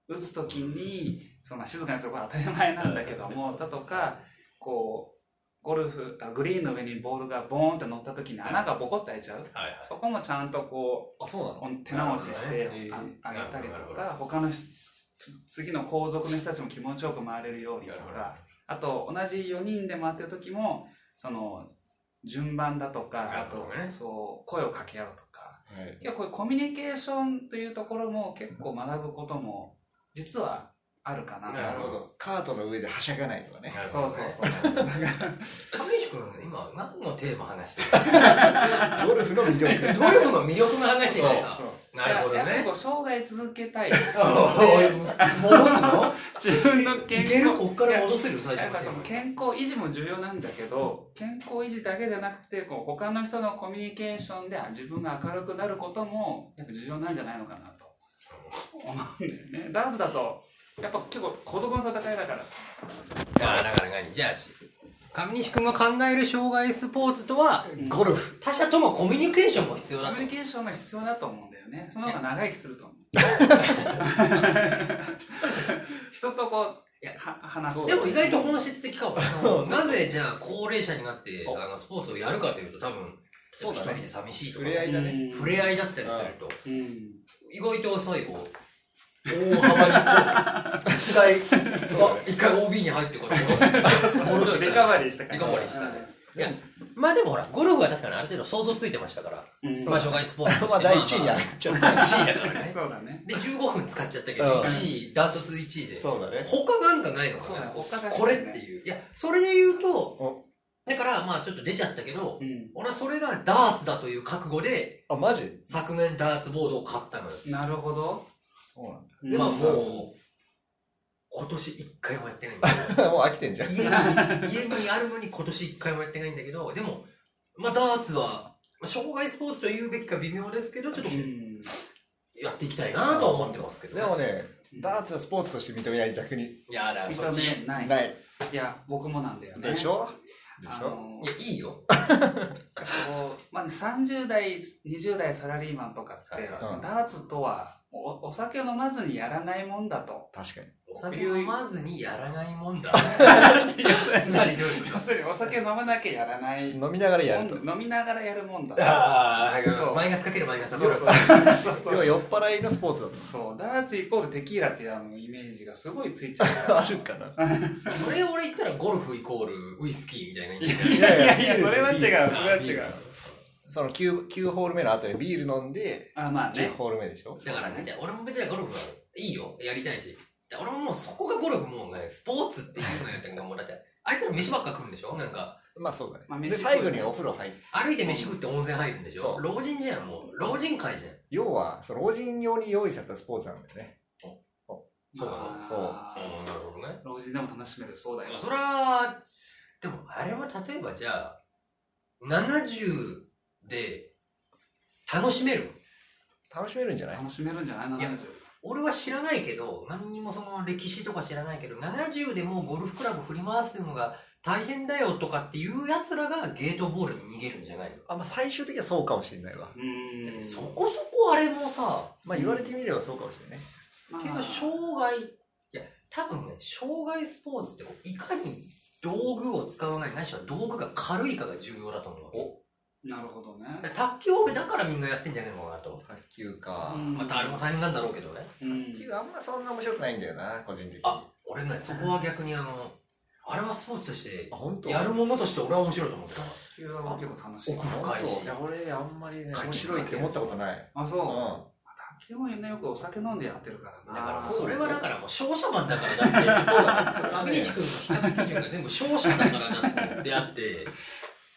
[SPEAKER 3] 打つ時にその静かにすることは当たり前なんだけどもだとかこうゴルフあグリーンの上にボールがボーンって乗った時に穴がボコッと開いちゃう
[SPEAKER 1] はいはい
[SPEAKER 3] そこもちゃんとこ
[SPEAKER 2] あ、そうな
[SPEAKER 3] う
[SPEAKER 2] の
[SPEAKER 3] 手直しして
[SPEAKER 2] なるほどね
[SPEAKER 3] ああげたり
[SPEAKER 1] なる
[SPEAKER 3] と
[SPEAKER 1] ほど
[SPEAKER 3] か他の人つ次の後続の人たちも気持ちよく回れるようにと
[SPEAKER 1] なるほど
[SPEAKER 3] か。あと同じ4人で回ってる時もその順番だと
[SPEAKER 1] な
[SPEAKER 3] かあ
[SPEAKER 1] るほ
[SPEAKER 3] と
[SPEAKER 1] どね
[SPEAKER 3] そう声を掛け合うとか
[SPEAKER 2] はい。
[SPEAKER 3] 結構こういうコミュニケーションというところも結構学ぶことも実はあるかな。
[SPEAKER 2] なるほど。カートの上ではしゃがないとかね。
[SPEAKER 3] そうそうそう。
[SPEAKER 1] 亀石君、今、何のテーマ話して
[SPEAKER 2] ゴルフの魅力。 *laughs*
[SPEAKER 1] るゴルフの魅力の話してないな。
[SPEAKER 2] そう
[SPEAKER 1] なるほど
[SPEAKER 3] やっぱり
[SPEAKER 1] ね
[SPEAKER 3] こ。う生涯続けたい。
[SPEAKER 1] おい戻すの
[SPEAKER 3] 自分の健
[SPEAKER 1] いける
[SPEAKER 3] 康。
[SPEAKER 1] こっから戻せる最
[SPEAKER 3] なん
[SPEAKER 1] 初
[SPEAKER 3] か
[SPEAKER 1] の
[SPEAKER 3] そ
[SPEAKER 1] テー
[SPEAKER 3] の
[SPEAKER 1] マ
[SPEAKER 3] 健康維持も重要なんだけど、健康維持だけじゃなくて、こう他の人のコミュニケーションであ自分が明るくなることも、やっぱ重要なんじゃないのかなと思うんだよね。ダンスだと、やっぱ結構孤独の戦いだから、
[SPEAKER 1] ああ、だから何じゃあ、上西君が考える障害スポーツとは、
[SPEAKER 2] ゴルフ。
[SPEAKER 1] 他者とのコミュニケーションも必要
[SPEAKER 3] コ
[SPEAKER 1] だ
[SPEAKER 3] ミ
[SPEAKER 1] と
[SPEAKER 3] ュ。ニケーションが必要だと思うんだよね。その方が長生きすると思う。人とこう、は話す。
[SPEAKER 1] でも意外と本質的かも。
[SPEAKER 2] そう
[SPEAKER 1] なぜじゃあ高齢者になって
[SPEAKER 3] お
[SPEAKER 1] あのスポーツをやるかというと多分、
[SPEAKER 2] そうだね
[SPEAKER 1] 一人で寂しいと
[SPEAKER 2] 触
[SPEAKER 1] か、
[SPEAKER 2] れ合いだね。
[SPEAKER 1] 触れ合いだったりすると、
[SPEAKER 3] うん。
[SPEAKER 1] 意外と最後、大幅にこう、 *laughs* 一回、あ一回 OB に入ってこうや *laughs* って戻してきた
[SPEAKER 3] リカバリーした
[SPEAKER 1] リカバリーしたね。いや、まあでもほら、ゴルフは確かにある程度想像ついてましたから、
[SPEAKER 3] うん
[SPEAKER 1] まあ障害スポーツと
[SPEAKER 2] ま
[SPEAKER 1] し
[SPEAKER 2] あ、
[SPEAKER 1] て。
[SPEAKER 2] 第一位に
[SPEAKER 1] まあ
[SPEAKER 2] 上がっちゃっ
[SPEAKER 1] まあ第一位だからね。
[SPEAKER 3] そうだね。
[SPEAKER 1] で、15分使っちゃったけ
[SPEAKER 2] う
[SPEAKER 1] ど、
[SPEAKER 2] ん
[SPEAKER 1] 1位、ダントツ1位
[SPEAKER 2] た。
[SPEAKER 1] で。
[SPEAKER 2] *laughs* そうだね。
[SPEAKER 1] 他なんかないの
[SPEAKER 3] そう
[SPEAKER 1] か
[SPEAKER 3] だ
[SPEAKER 1] な
[SPEAKER 3] ね。他だしね
[SPEAKER 1] これっていう。いや、それで言うと
[SPEAKER 2] お、
[SPEAKER 1] だからまあちょっと出ちゃったけど、
[SPEAKER 3] うん。
[SPEAKER 1] 俺はそれがダーツだという覚悟で、
[SPEAKER 2] あ、マジ
[SPEAKER 1] 昨年ダーツボードを買ったのよ。
[SPEAKER 3] なるほど。
[SPEAKER 2] そうなん
[SPEAKER 1] でまあ
[SPEAKER 3] うん
[SPEAKER 1] もう、今年1回もやってないんだ
[SPEAKER 2] *laughs*
[SPEAKER 1] よ。
[SPEAKER 2] だ。もう飽きてんじゃん。
[SPEAKER 1] 家に家にあるのに今年1回もやってないんだけどでも、まあ、ダーツは、まあ、障害スポーツと言うべきか微妙ですけどちょっと
[SPEAKER 3] うん
[SPEAKER 1] やっていきたいなとは思ってますけどね、
[SPEAKER 2] でもね、ダーツはスポーツとして認めない逆に
[SPEAKER 1] いやだからそっ
[SPEAKER 3] 認
[SPEAKER 1] ちい
[SPEAKER 3] めない。
[SPEAKER 2] ない。
[SPEAKER 3] いや、僕もなんだよね。
[SPEAKER 2] でしょで
[SPEAKER 3] あ
[SPEAKER 2] しょ
[SPEAKER 3] の
[SPEAKER 1] やいいよ
[SPEAKER 3] こうまあ、30代、20代サラリーマンとかって、
[SPEAKER 1] はい
[SPEAKER 2] はい
[SPEAKER 3] ダーツとはおお酒を飲まずにやらないもんだと。
[SPEAKER 2] 確かに。
[SPEAKER 1] お酒を飲まずにやらないもんだ *laughs* つまりどういうこ
[SPEAKER 3] 要するにお酒飲まなきゃやらないもん
[SPEAKER 2] 飲みながらやると。
[SPEAKER 3] 飲みながらやるもんだ
[SPEAKER 1] とああ
[SPEAKER 3] そう
[SPEAKER 1] マイナスかけるマイナスだ
[SPEAKER 3] そう
[SPEAKER 1] か
[SPEAKER 3] そう
[SPEAKER 1] ら
[SPEAKER 3] そう
[SPEAKER 2] 要
[SPEAKER 3] そ
[SPEAKER 2] は
[SPEAKER 3] う
[SPEAKER 2] 酔っ払いのスポーツだ
[SPEAKER 3] そうダーツイコールテキーラっていうあのイメージがすごいついちゃう
[SPEAKER 2] と。あるかな。
[SPEAKER 1] それ俺言ったらゴルフイコールウイスキーみたいな意味
[SPEAKER 3] いやいやいやそれは違うそれは違う
[SPEAKER 2] その 9, 9ホール目の後でビール飲んで、
[SPEAKER 3] あまあ
[SPEAKER 2] 10
[SPEAKER 3] ね
[SPEAKER 2] ホール目でしょ
[SPEAKER 1] だからね、俺も別にゴルフはいいよ、やりたいし。で俺ももうそこがゴルフもうね、スポーツっていうのやったんかもうだって、あいつら飯ばっか食うんでしょなんか、
[SPEAKER 2] まあそうだね。
[SPEAKER 3] まあ
[SPEAKER 2] で、
[SPEAKER 3] 飯食う
[SPEAKER 2] 最後にお風呂入る。
[SPEAKER 1] 歩いて飯食って温泉入るんでしょ
[SPEAKER 2] そう
[SPEAKER 1] 老人じゃん、もう。老人会じゃん。
[SPEAKER 2] 要は、その老人用に用意されたスポーツなんだよね。
[SPEAKER 1] そうなの
[SPEAKER 3] まあ
[SPEAKER 2] そう
[SPEAKER 1] なるほどね。
[SPEAKER 3] 老人でも楽しめるそうだよ
[SPEAKER 1] そら、でもあれは例えばじゃあ、70で楽しめる
[SPEAKER 2] 楽しめるんじゃない
[SPEAKER 3] 楽しめるんじゃないの
[SPEAKER 1] いや俺は知らないけど、何にもその歴史とか知らないけど、70でもうゴルフクラブ振り回すのが大変だよとかっていう奴らがゲートボールに逃げるんじゃないの
[SPEAKER 2] あ、まあ最終的にはそうかもしれないわ。
[SPEAKER 1] だって
[SPEAKER 3] ん
[SPEAKER 1] そこそこあれもさ、
[SPEAKER 2] まあ言われてみればそうかもしれないね。
[SPEAKER 3] まあ
[SPEAKER 1] けど障害、いや、多分ね、障害スポーツってこういかに道具を使わない、ないしは道具が軽いかが重要だと思うわ
[SPEAKER 3] なるほどね
[SPEAKER 1] け。だから卓球俺だからみんなやってんじゃねえのかなと。
[SPEAKER 2] 卓球か
[SPEAKER 3] う。ん
[SPEAKER 1] まあ、あれも大変なんだろうけどね。
[SPEAKER 3] うん
[SPEAKER 2] 卓球あんまそんな面白くないんだよな、個人的に。
[SPEAKER 1] あ、俺ね、そこは逆にあの、あれはスポーツとして
[SPEAKER 2] あ、、本当
[SPEAKER 1] やるものとして俺は面白いと思ってた。
[SPEAKER 3] 地球は結構楽しい
[SPEAKER 1] 奥深いし
[SPEAKER 2] いや、俺あんまり
[SPEAKER 1] 書
[SPEAKER 2] ね、
[SPEAKER 1] いてる
[SPEAKER 2] 面白いって思ったことない。
[SPEAKER 3] あ
[SPEAKER 2] う。
[SPEAKER 3] そうん卓球もねよくお酒飲んでやってるから
[SPEAKER 1] だ
[SPEAKER 3] な
[SPEAKER 1] から
[SPEAKER 2] そう
[SPEAKER 1] それはだからもう商社マンだからだって。
[SPEAKER 2] そうだねそれはね
[SPEAKER 1] 上西君の比較基準が全部商社だからだってであって、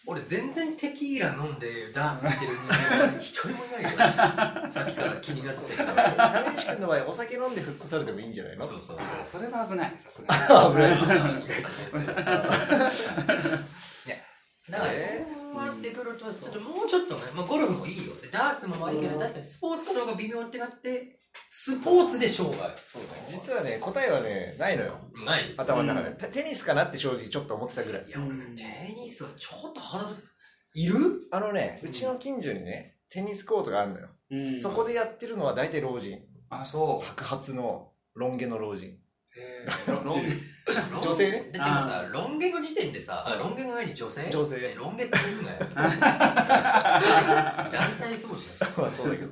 [SPEAKER 1] 俺全然テキーラ飲んでダンスしてる人間が一人もいないよ。さっきから気になってた
[SPEAKER 2] *laughs*
[SPEAKER 1] けど。 *laughs*
[SPEAKER 2] 亀石君の場合、お酒飲んでフットされてもいいんじゃないの
[SPEAKER 1] そうそうそう。
[SPEAKER 3] あそれは危ないさすがに
[SPEAKER 2] 危ない
[SPEAKER 1] いや、だからそうなってくると、ちょっともうちょっとね、まあ、ゴルフもいいよ。でダーツも悪いけど、確かにスポーツかどうか微妙ってなって、スポーツで障害。
[SPEAKER 2] そうだね。 *laughs* 実はね、答えはね、ないのよ。
[SPEAKER 1] ないで
[SPEAKER 2] 頭の中で。テニスかなって正直ちょっと思ってたぐらい。
[SPEAKER 1] いや、俺ね、テニスはちょっと肌いる
[SPEAKER 2] あのね、うちの近所にね、テニスコートがあるのよ。
[SPEAKER 3] うん
[SPEAKER 2] そこでやってるのは大体老人。
[SPEAKER 3] あそ
[SPEAKER 2] 白髪の、ロン毛の老人。
[SPEAKER 3] うへーロング
[SPEAKER 2] *laughs* 女性ね
[SPEAKER 1] ででもさ、ロン毛の時点でさ、あロン毛の前に女性
[SPEAKER 2] 女性
[SPEAKER 1] ロン毛って言う
[SPEAKER 3] *laughs*
[SPEAKER 1] なよ。大体そうじゃん。
[SPEAKER 2] まあそうだ
[SPEAKER 3] *laughs*
[SPEAKER 2] けど。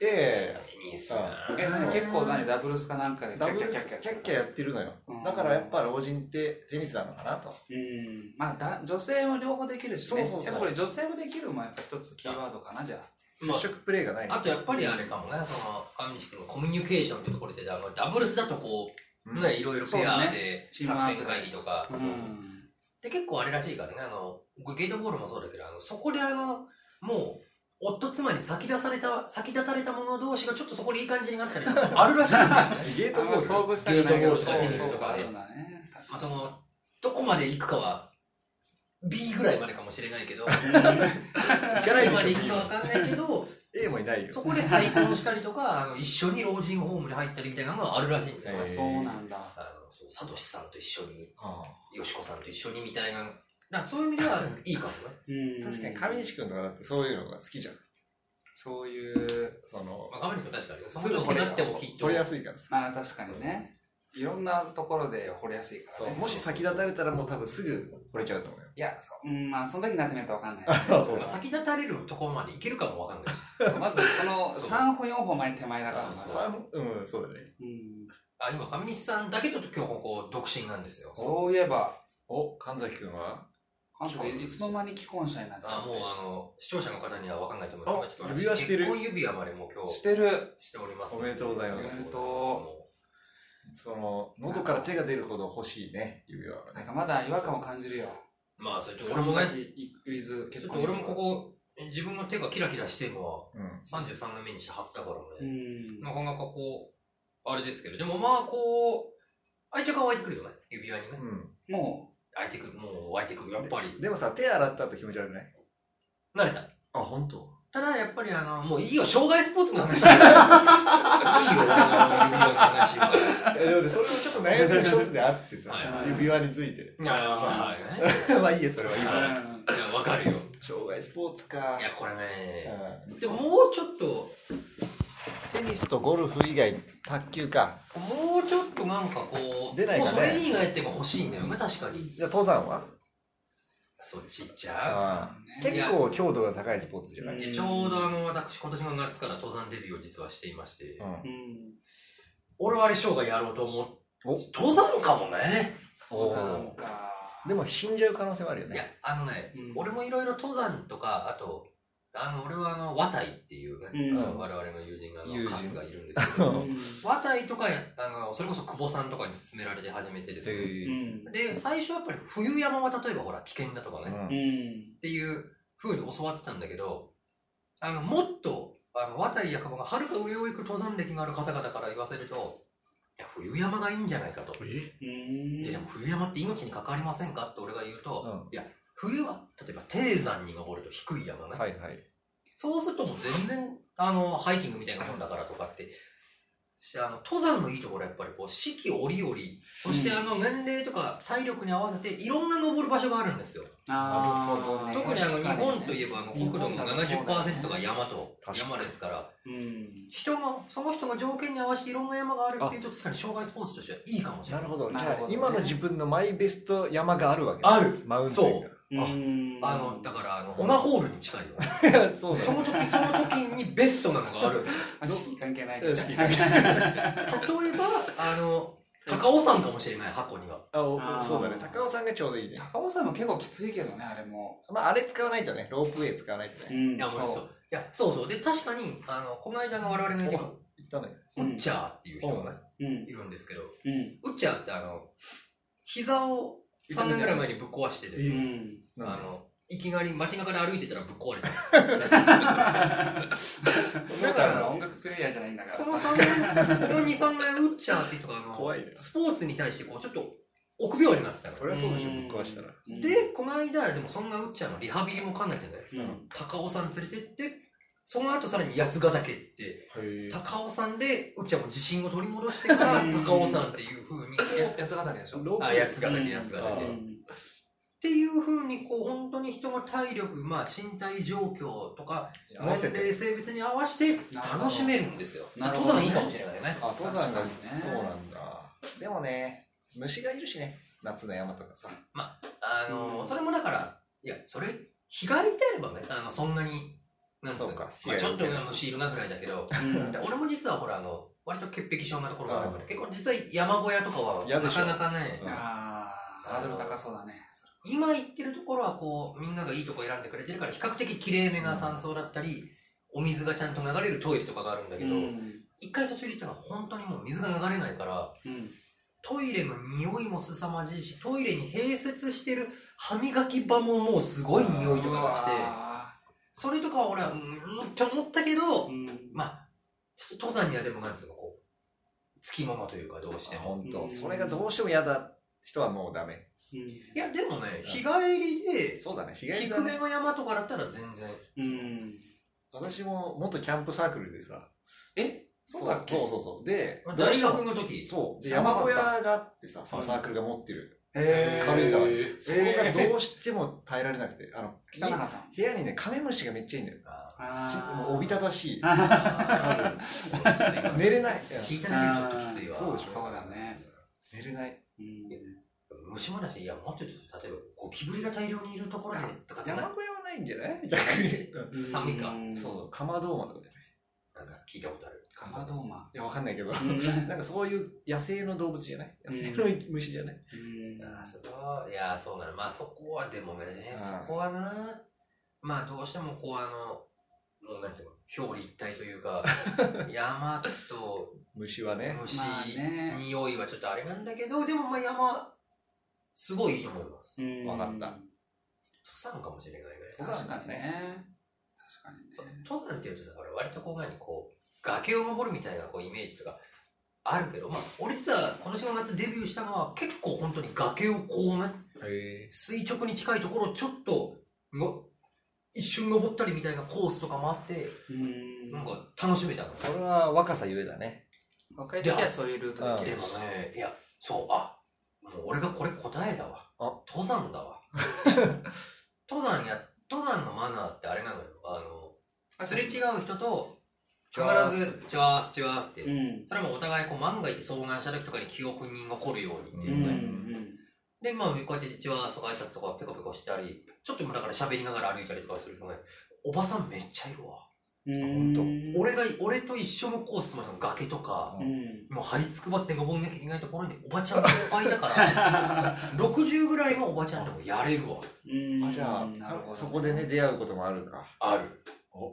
[SPEAKER 2] え
[SPEAKER 1] テニスな
[SPEAKER 3] え何結構何ダブルスかなんか
[SPEAKER 2] え
[SPEAKER 3] でキ
[SPEAKER 2] ダブ
[SPEAKER 3] ャッキャ
[SPEAKER 2] ル
[SPEAKER 3] ッ
[SPEAKER 2] ス
[SPEAKER 3] キャッキャ
[SPEAKER 2] キャ
[SPEAKER 3] ッキャ
[SPEAKER 2] ッ
[SPEAKER 3] ッ
[SPEAKER 2] キャやってるのよ。
[SPEAKER 3] うん
[SPEAKER 2] だからやっぱ老人ってテニスなのかなと。
[SPEAKER 3] うんまあだ女性も両方できるしね
[SPEAKER 2] そうそうそう
[SPEAKER 3] やっぱこれ女性もできるもやっぱ一つキーワードかなじゃあ
[SPEAKER 2] 接触プレーがない。
[SPEAKER 1] あとやっぱりあれかもね、その、上西君のコミュニケーションってところで、あのダブルスだとこ
[SPEAKER 2] う
[SPEAKER 1] う、
[SPEAKER 2] ん
[SPEAKER 1] ね、いろいろペ
[SPEAKER 3] そう
[SPEAKER 1] ア
[SPEAKER 3] だ
[SPEAKER 1] で
[SPEAKER 3] チーム
[SPEAKER 1] 作
[SPEAKER 3] ワー
[SPEAKER 1] 戦
[SPEAKER 3] クで
[SPEAKER 1] 会議とか、
[SPEAKER 3] うん
[SPEAKER 1] で、結構あれらしいからね、あの、僕ゲートボールもそうだけど、あのそこであの、もう、夫妻に先出された、先立たれた者同士がちょっとそこでいい感じになったりとかあるらしいんだよね。
[SPEAKER 2] ゲー
[SPEAKER 3] あ
[SPEAKER 2] ト
[SPEAKER 3] ん
[SPEAKER 2] ボ
[SPEAKER 3] ま
[SPEAKER 2] ール
[SPEAKER 3] 想像したくないけ
[SPEAKER 1] ゲートボール
[SPEAKER 3] ど
[SPEAKER 1] とかテニスとか
[SPEAKER 3] そう
[SPEAKER 1] で
[SPEAKER 3] そうそうあるんだね確
[SPEAKER 1] *laughs*
[SPEAKER 3] か
[SPEAKER 1] まあ、
[SPEAKER 3] に
[SPEAKER 1] そのどこまで行くかは B ぐらいまでかもしれないけどどこまで行く
[SPEAKER 2] かないでしょ
[SPEAKER 1] かわかんないけど
[SPEAKER 2] A もいないよ。
[SPEAKER 1] そこで再婚したりとかあの一緒に老人ホームに入ったりみたいなのがあるらしいんだよ、
[SPEAKER 2] へー
[SPEAKER 3] そうなんだ
[SPEAKER 1] あのそうサトシさんと一緒に
[SPEAKER 2] あ
[SPEAKER 1] よしこさんと一緒にみたいなだからそういう意味ではいいかもね
[SPEAKER 2] あ確かに
[SPEAKER 3] 上
[SPEAKER 2] 上西君とかだってそういうのが好きじゃん。
[SPEAKER 3] そういう
[SPEAKER 2] その
[SPEAKER 1] まあ亀梨君確かに
[SPEAKER 2] す
[SPEAKER 1] す
[SPEAKER 2] ぐ
[SPEAKER 1] ぐ
[SPEAKER 2] 掘れ
[SPEAKER 1] なってもきっと
[SPEAKER 2] 掘りやすいからさ。
[SPEAKER 3] まあ確かにねいろんなところで掘りやすいか
[SPEAKER 2] そ
[SPEAKER 3] ら
[SPEAKER 2] う
[SPEAKER 3] ね
[SPEAKER 2] もし先立たれたらもう多分すぐ掘れちゃうと思うよ。
[SPEAKER 3] いやそううんまあその時になってみないとわかんない
[SPEAKER 2] あそう
[SPEAKER 1] まあ先立たれるところまで行けるかもわかんない
[SPEAKER 3] そうまずその
[SPEAKER 1] そう
[SPEAKER 3] 3歩4歩前手前だから
[SPEAKER 1] そう
[SPEAKER 3] さ
[SPEAKER 1] そ
[SPEAKER 2] さうん、そうだね。
[SPEAKER 3] うん
[SPEAKER 1] あ今上西さんだけちょっと今日ここ独身なんですよ
[SPEAKER 3] そういえば
[SPEAKER 2] お、神崎君は
[SPEAKER 3] あんたいつの間に既婚者になっちゃ
[SPEAKER 1] あ
[SPEAKER 3] う
[SPEAKER 1] もうあの視聴者の方には分かんないと思います
[SPEAKER 2] あ指輪してる
[SPEAKER 1] 結婚指輪までもう今日
[SPEAKER 3] してる
[SPEAKER 1] しております
[SPEAKER 2] おめでとうございます
[SPEAKER 1] おめでとう
[SPEAKER 2] その、喉から手が出るほど欲しいね、指輪は
[SPEAKER 3] なん
[SPEAKER 2] ね
[SPEAKER 3] か。まだ違和感を感じるよ
[SPEAKER 1] まあそれちょっと俺
[SPEAKER 3] 神
[SPEAKER 1] もね
[SPEAKER 3] 崎ウィズ
[SPEAKER 1] ち
[SPEAKER 3] 結
[SPEAKER 1] ょっ
[SPEAKER 3] 婚
[SPEAKER 1] と俺もここ自分の手がキラキラしてるのは
[SPEAKER 2] うん。
[SPEAKER 1] 33年目にして初だから
[SPEAKER 3] う
[SPEAKER 1] ね、
[SPEAKER 3] ん
[SPEAKER 1] なかなかこうあれですけどでもまあこう相手が湧いてくるよね指輪にね
[SPEAKER 2] う
[SPEAKER 3] も
[SPEAKER 1] 湧いてくるもう湧いてくるやっぱり
[SPEAKER 2] ん。でもさ、手洗った後気持ち悪くない
[SPEAKER 1] 慣れた
[SPEAKER 2] あ、本当。
[SPEAKER 1] ただやっぱりあのもういいよ障害スポーツの話いいよ俺の指輪の話は
[SPEAKER 2] えでもねそれもちょっと悩みの一つであってさ
[SPEAKER 1] はい
[SPEAKER 3] はい、
[SPEAKER 2] 指輪について
[SPEAKER 1] いやまあね
[SPEAKER 2] *laughs* まあいいやそれはいいうわ
[SPEAKER 3] う
[SPEAKER 1] いやわかるよ
[SPEAKER 2] 障害スポーツか
[SPEAKER 1] いやこれ
[SPEAKER 2] う
[SPEAKER 1] ね
[SPEAKER 2] ん
[SPEAKER 1] でももうちょっと
[SPEAKER 2] テニスとゴルフ以外卓球か
[SPEAKER 1] もうちょっとなんかこう
[SPEAKER 2] 出ないかね
[SPEAKER 1] もうそれ以外っていうか欲しいんだよね確かに
[SPEAKER 2] じゃあ登山は
[SPEAKER 1] そっち行っち
[SPEAKER 2] あ
[SPEAKER 1] ゃ
[SPEAKER 3] ん
[SPEAKER 2] 結構強度が高いスポーツじゃな
[SPEAKER 1] う
[SPEAKER 2] い
[SPEAKER 1] でちょうどあの私今年の夏から登山デビューを実はしていまして、
[SPEAKER 2] うん
[SPEAKER 3] うん
[SPEAKER 1] 俺はあれ生涯やろうと思う
[SPEAKER 2] お
[SPEAKER 1] 登山かもね
[SPEAKER 3] 登山か
[SPEAKER 2] でも死んじゃう可能性もあるよ
[SPEAKER 1] いや
[SPEAKER 2] ね
[SPEAKER 1] あのね、
[SPEAKER 3] うん
[SPEAKER 1] 俺もいろいろ登山とかあとあの俺はあの和太っていうね、
[SPEAKER 3] うん
[SPEAKER 1] あの我々の友人があの
[SPEAKER 2] 友人
[SPEAKER 1] カスがいるんですけど
[SPEAKER 2] うん
[SPEAKER 1] 和太とかやあのそれこそ久保さんとかに勧められて始めてですね、
[SPEAKER 3] うん
[SPEAKER 1] で最初やっぱり冬山は例えばほら危険だとかね、
[SPEAKER 2] う
[SPEAKER 1] っ
[SPEAKER 2] ん
[SPEAKER 3] うん
[SPEAKER 1] ていう風に教わってたんだけどあのもっとあの渡井やかがはるか上を行く登山歴がある方々から言わせるといや冬山がいいんじゃないかと、
[SPEAKER 3] うん
[SPEAKER 1] ででも冬山って命に関わりませんかって俺が言うと、
[SPEAKER 2] う
[SPEAKER 1] いや冬は例えば低山に登ると低い山ね、
[SPEAKER 2] はいはい
[SPEAKER 1] そうするともう全然あのハイキングみたいなもんだからとかってしあの登山のいいところはやっぱりこう四季折々そしてあの年齢とか体力に合わせていろんな登る場所があるんですよ
[SPEAKER 3] あ
[SPEAKER 2] な
[SPEAKER 3] ー
[SPEAKER 2] るほどね
[SPEAKER 1] 特にあの日本といえ
[SPEAKER 3] え
[SPEAKER 1] ばあの国土の70%が山と
[SPEAKER 2] 確かに
[SPEAKER 1] 山ですから
[SPEAKER 3] ば、うん、
[SPEAKER 1] 人がその人の条件に合わせていろんな山があるっていうと確かに障害スポーツとしてはいいかもしれ
[SPEAKER 2] な
[SPEAKER 1] ない
[SPEAKER 2] るほどじ
[SPEAKER 3] なる
[SPEAKER 2] ゃ
[SPEAKER 3] ほ
[SPEAKER 2] あ
[SPEAKER 3] どね
[SPEAKER 2] 今の自分のマイベスト山があるわけだ
[SPEAKER 1] ある
[SPEAKER 2] マウンテン
[SPEAKER 3] うん
[SPEAKER 1] あのだからあのオナホールに近いよ
[SPEAKER 2] が *laughs* そうだ
[SPEAKER 1] そ
[SPEAKER 2] ね
[SPEAKER 1] の時その時にベストなのがある
[SPEAKER 3] あ四季関係ないけ
[SPEAKER 2] う
[SPEAKER 3] ど
[SPEAKER 2] ん四季関係
[SPEAKER 1] 例えばあの高尾山かもしれない箱には
[SPEAKER 2] あお
[SPEAKER 3] あー
[SPEAKER 2] そうだね高尾さんがちょうどいいね
[SPEAKER 3] 高尾さんも結構きついけどねあれも、
[SPEAKER 2] まああれ使わないとねロープウェイ使わないとね
[SPEAKER 3] ん
[SPEAKER 1] いやもうそう
[SPEAKER 3] う
[SPEAKER 1] いやそうそうで確かにあのこの間の我々の友人
[SPEAKER 2] 行ったね
[SPEAKER 1] ウッチャーっていう人がね
[SPEAKER 3] うん
[SPEAKER 1] いるんですけど
[SPEAKER 3] うん
[SPEAKER 1] ウッチャーってあの膝を3年ぐらい前にぶっ壊してです
[SPEAKER 3] う
[SPEAKER 1] ね
[SPEAKER 3] ん
[SPEAKER 1] あの、いきなり街中で歩いてたらぶっ壊れた。
[SPEAKER 3] だから音楽プレイヤーじゃないんだから
[SPEAKER 1] この3年、この2、3年打っちゃうっていうとか、あの、
[SPEAKER 2] 怖いね
[SPEAKER 1] スポーツに対してこう、ちょっと臆病になってた
[SPEAKER 2] そ
[SPEAKER 1] の。
[SPEAKER 2] りゃそうでしょぶっ壊したら
[SPEAKER 1] で、この間、でもそんな打っちゃうのリハビリも兼ねてね、
[SPEAKER 3] うん
[SPEAKER 1] 高尾山連れてって、その後さらに八ヶ岳って、
[SPEAKER 2] へ
[SPEAKER 1] 高尾山で、うっちゃんも自信を取り戻してから
[SPEAKER 3] う、ん
[SPEAKER 1] 高尾山っていう風に、こう
[SPEAKER 3] 八ヶ岳でしょ
[SPEAKER 2] ロープ
[SPEAKER 1] あ、八ヶ
[SPEAKER 3] うん
[SPEAKER 1] 岳、八ヶ
[SPEAKER 2] あ
[SPEAKER 1] 岳。
[SPEAKER 2] ー
[SPEAKER 1] っていう風に、こう、本当に人の体力、まあ、身体状況とか、
[SPEAKER 2] 合わせ
[SPEAKER 1] 年齢
[SPEAKER 2] て
[SPEAKER 1] 性別に合わせて
[SPEAKER 3] なるほど
[SPEAKER 1] 楽しめるんですよ。
[SPEAKER 3] なる
[SPEAKER 1] 登
[SPEAKER 3] ほ
[SPEAKER 1] 山
[SPEAKER 3] どね
[SPEAKER 1] いいかもしれないね。
[SPEAKER 2] あ登山が
[SPEAKER 3] 確かにね
[SPEAKER 2] そうなんだでもね虫がいるしね夏の山とかさ
[SPEAKER 1] あの、
[SPEAKER 3] うん
[SPEAKER 1] それもだから、いや、それ、日帰りであればね、あの、そんなに、なんつう
[SPEAKER 2] そう
[SPEAKER 1] の
[SPEAKER 2] か
[SPEAKER 1] まあ、ちょっと
[SPEAKER 2] 日帰り
[SPEAKER 1] ね虫いるなぐらいだけど、
[SPEAKER 3] うん
[SPEAKER 1] で俺も実はほら、あの、割と潔癖症なところがあるから、
[SPEAKER 2] うん
[SPEAKER 1] 結構実は山小屋とかは、
[SPEAKER 2] 嫌で
[SPEAKER 1] な
[SPEAKER 2] しょ
[SPEAKER 1] かなかね、
[SPEAKER 2] うん
[SPEAKER 3] あーハードル高そうだね
[SPEAKER 1] 今行ってるところはこう、みんながいいとこ選んでくれてるから、比較的綺麗めが山荘だったり、お水がちゃんと流れるトイレとかがあるんだけ
[SPEAKER 3] う
[SPEAKER 1] ど、
[SPEAKER 3] ん
[SPEAKER 1] 一回途中で行ったら本当にもう水が流れないから、
[SPEAKER 3] うん
[SPEAKER 1] トイレの匂いも凄まじいし、トイレに併設してる歯磨き場ももうすごい匂いとかがして
[SPEAKER 3] う、わ
[SPEAKER 1] それとかは俺は、うーんって思ったけど
[SPEAKER 3] ー、うん
[SPEAKER 1] まあ、ちょっと登山にはでもなんつうの、こう、つきものというかどうしても。
[SPEAKER 2] 本
[SPEAKER 3] う
[SPEAKER 2] 当
[SPEAKER 3] ん
[SPEAKER 2] それがどうしても嫌だ人はもうダメ
[SPEAKER 1] いや、でもね、
[SPEAKER 2] うん
[SPEAKER 1] 日帰りで、
[SPEAKER 2] そうだね日帰りだ
[SPEAKER 1] 低
[SPEAKER 2] ね
[SPEAKER 1] めの山とかだったら全然。
[SPEAKER 3] うん
[SPEAKER 2] 私も元キャンプサークルでさ
[SPEAKER 3] えそうだっけ
[SPEAKER 2] そうそうそうでどう
[SPEAKER 1] 大
[SPEAKER 2] しても
[SPEAKER 1] 学の時、
[SPEAKER 2] そうで
[SPEAKER 3] 知らな
[SPEAKER 2] 山
[SPEAKER 3] か
[SPEAKER 2] 小
[SPEAKER 3] った
[SPEAKER 2] 屋があってさその
[SPEAKER 3] うん
[SPEAKER 2] サークルが持ってる、
[SPEAKER 3] へー
[SPEAKER 2] 軽井沢
[SPEAKER 3] えー
[SPEAKER 2] そこがどうしても耐えられなくてあの
[SPEAKER 3] 汚かった
[SPEAKER 2] 部屋にねカメムシがめっちゃいいんだよ
[SPEAKER 1] あ
[SPEAKER 2] し
[SPEAKER 3] あー
[SPEAKER 2] もうおびただしい
[SPEAKER 1] ー *laughs* 数
[SPEAKER 2] 寝れない
[SPEAKER 1] 聞いただけでちょっときついわ。
[SPEAKER 2] あーそうでしょ
[SPEAKER 3] そうだね
[SPEAKER 2] 寝れない
[SPEAKER 3] うん
[SPEAKER 1] 虫もだし、いや、もっと言うと、例えば、ゴキブリが大量にいるところで、とかって
[SPEAKER 2] 山
[SPEAKER 1] な、
[SPEAKER 2] 小屋はないんじゃない逆に
[SPEAKER 1] 寒いか
[SPEAKER 3] ん
[SPEAKER 2] そう鎌堂間とかじゃない
[SPEAKER 1] なんか聞いたことある。
[SPEAKER 3] カマドーマ
[SPEAKER 2] *laughs* いやわかんないけど *laughs*
[SPEAKER 3] うん
[SPEAKER 2] なんかそういう野生の動物じゃない野生の虫じゃない、
[SPEAKER 1] あーそこは、いやー、そうなの。まあ、そこはでもね、そこはな、まあ、どうしても、こう、あの、もうなんていうの、表裏一体という *laughs* か、山と
[SPEAKER 2] 虫はね
[SPEAKER 1] 虫、
[SPEAKER 3] まあね
[SPEAKER 1] 匂いはちょっとあれなんだけど、でも、まあ、山、すごいいいと思います。
[SPEAKER 3] うん
[SPEAKER 2] わかった
[SPEAKER 1] 登山かもしれないぐらい。
[SPEAKER 3] 確かにね確
[SPEAKER 1] そ
[SPEAKER 3] か
[SPEAKER 1] う
[SPEAKER 3] にね
[SPEAKER 1] 登山っていうとさ、俺割とこう何こう、崖を登るみたいなこうイメージとかあるけど、まあ、俺実はこの4月デビューしたのは結構本当に崖をこうね、
[SPEAKER 2] へえ
[SPEAKER 1] 垂直に近いところをちょっとの、一瞬登ったりみたいなコースとかもあって、
[SPEAKER 3] うん
[SPEAKER 1] なんか楽しめたの。
[SPEAKER 2] それは若さゆえだね
[SPEAKER 3] 若い時はそういうルートでき
[SPEAKER 1] で
[SPEAKER 3] る
[SPEAKER 1] も
[SPEAKER 3] し
[SPEAKER 1] ね、いや、そう、あ、もう俺がこれ答えだわ
[SPEAKER 2] あ。
[SPEAKER 1] 登山だ
[SPEAKER 3] *laughs*
[SPEAKER 1] わ。登山や、登山のマナーってあれなのよ。あの、すれ違う人と、必ず、チュワース、チュワースって
[SPEAKER 3] う、ん
[SPEAKER 1] それもお互いこう万が一遭難した時とかに記憶に残るようにって
[SPEAKER 3] う
[SPEAKER 1] い
[SPEAKER 3] ん
[SPEAKER 1] う
[SPEAKER 3] う
[SPEAKER 1] ね、
[SPEAKER 3] ん
[SPEAKER 1] でまあこうやってじわーとか挨拶とかペコペコしたりちょっともうだから喋りながら歩いたりとかするのねおばさんめっちゃいるわ、
[SPEAKER 3] うん
[SPEAKER 2] ほ
[SPEAKER 1] 俺が俺と一緒のコースとかの崖とか、
[SPEAKER 3] *laughs* うん
[SPEAKER 1] もう這いつくばって登んなきゃいけないところにおばちゃんがいっぱいだから *laughs* 60ぐらいのおばちゃんでもやれるわ
[SPEAKER 3] うん
[SPEAKER 2] あじゃあ
[SPEAKER 3] なるほど
[SPEAKER 2] そこでね出会うこともあるか
[SPEAKER 1] ある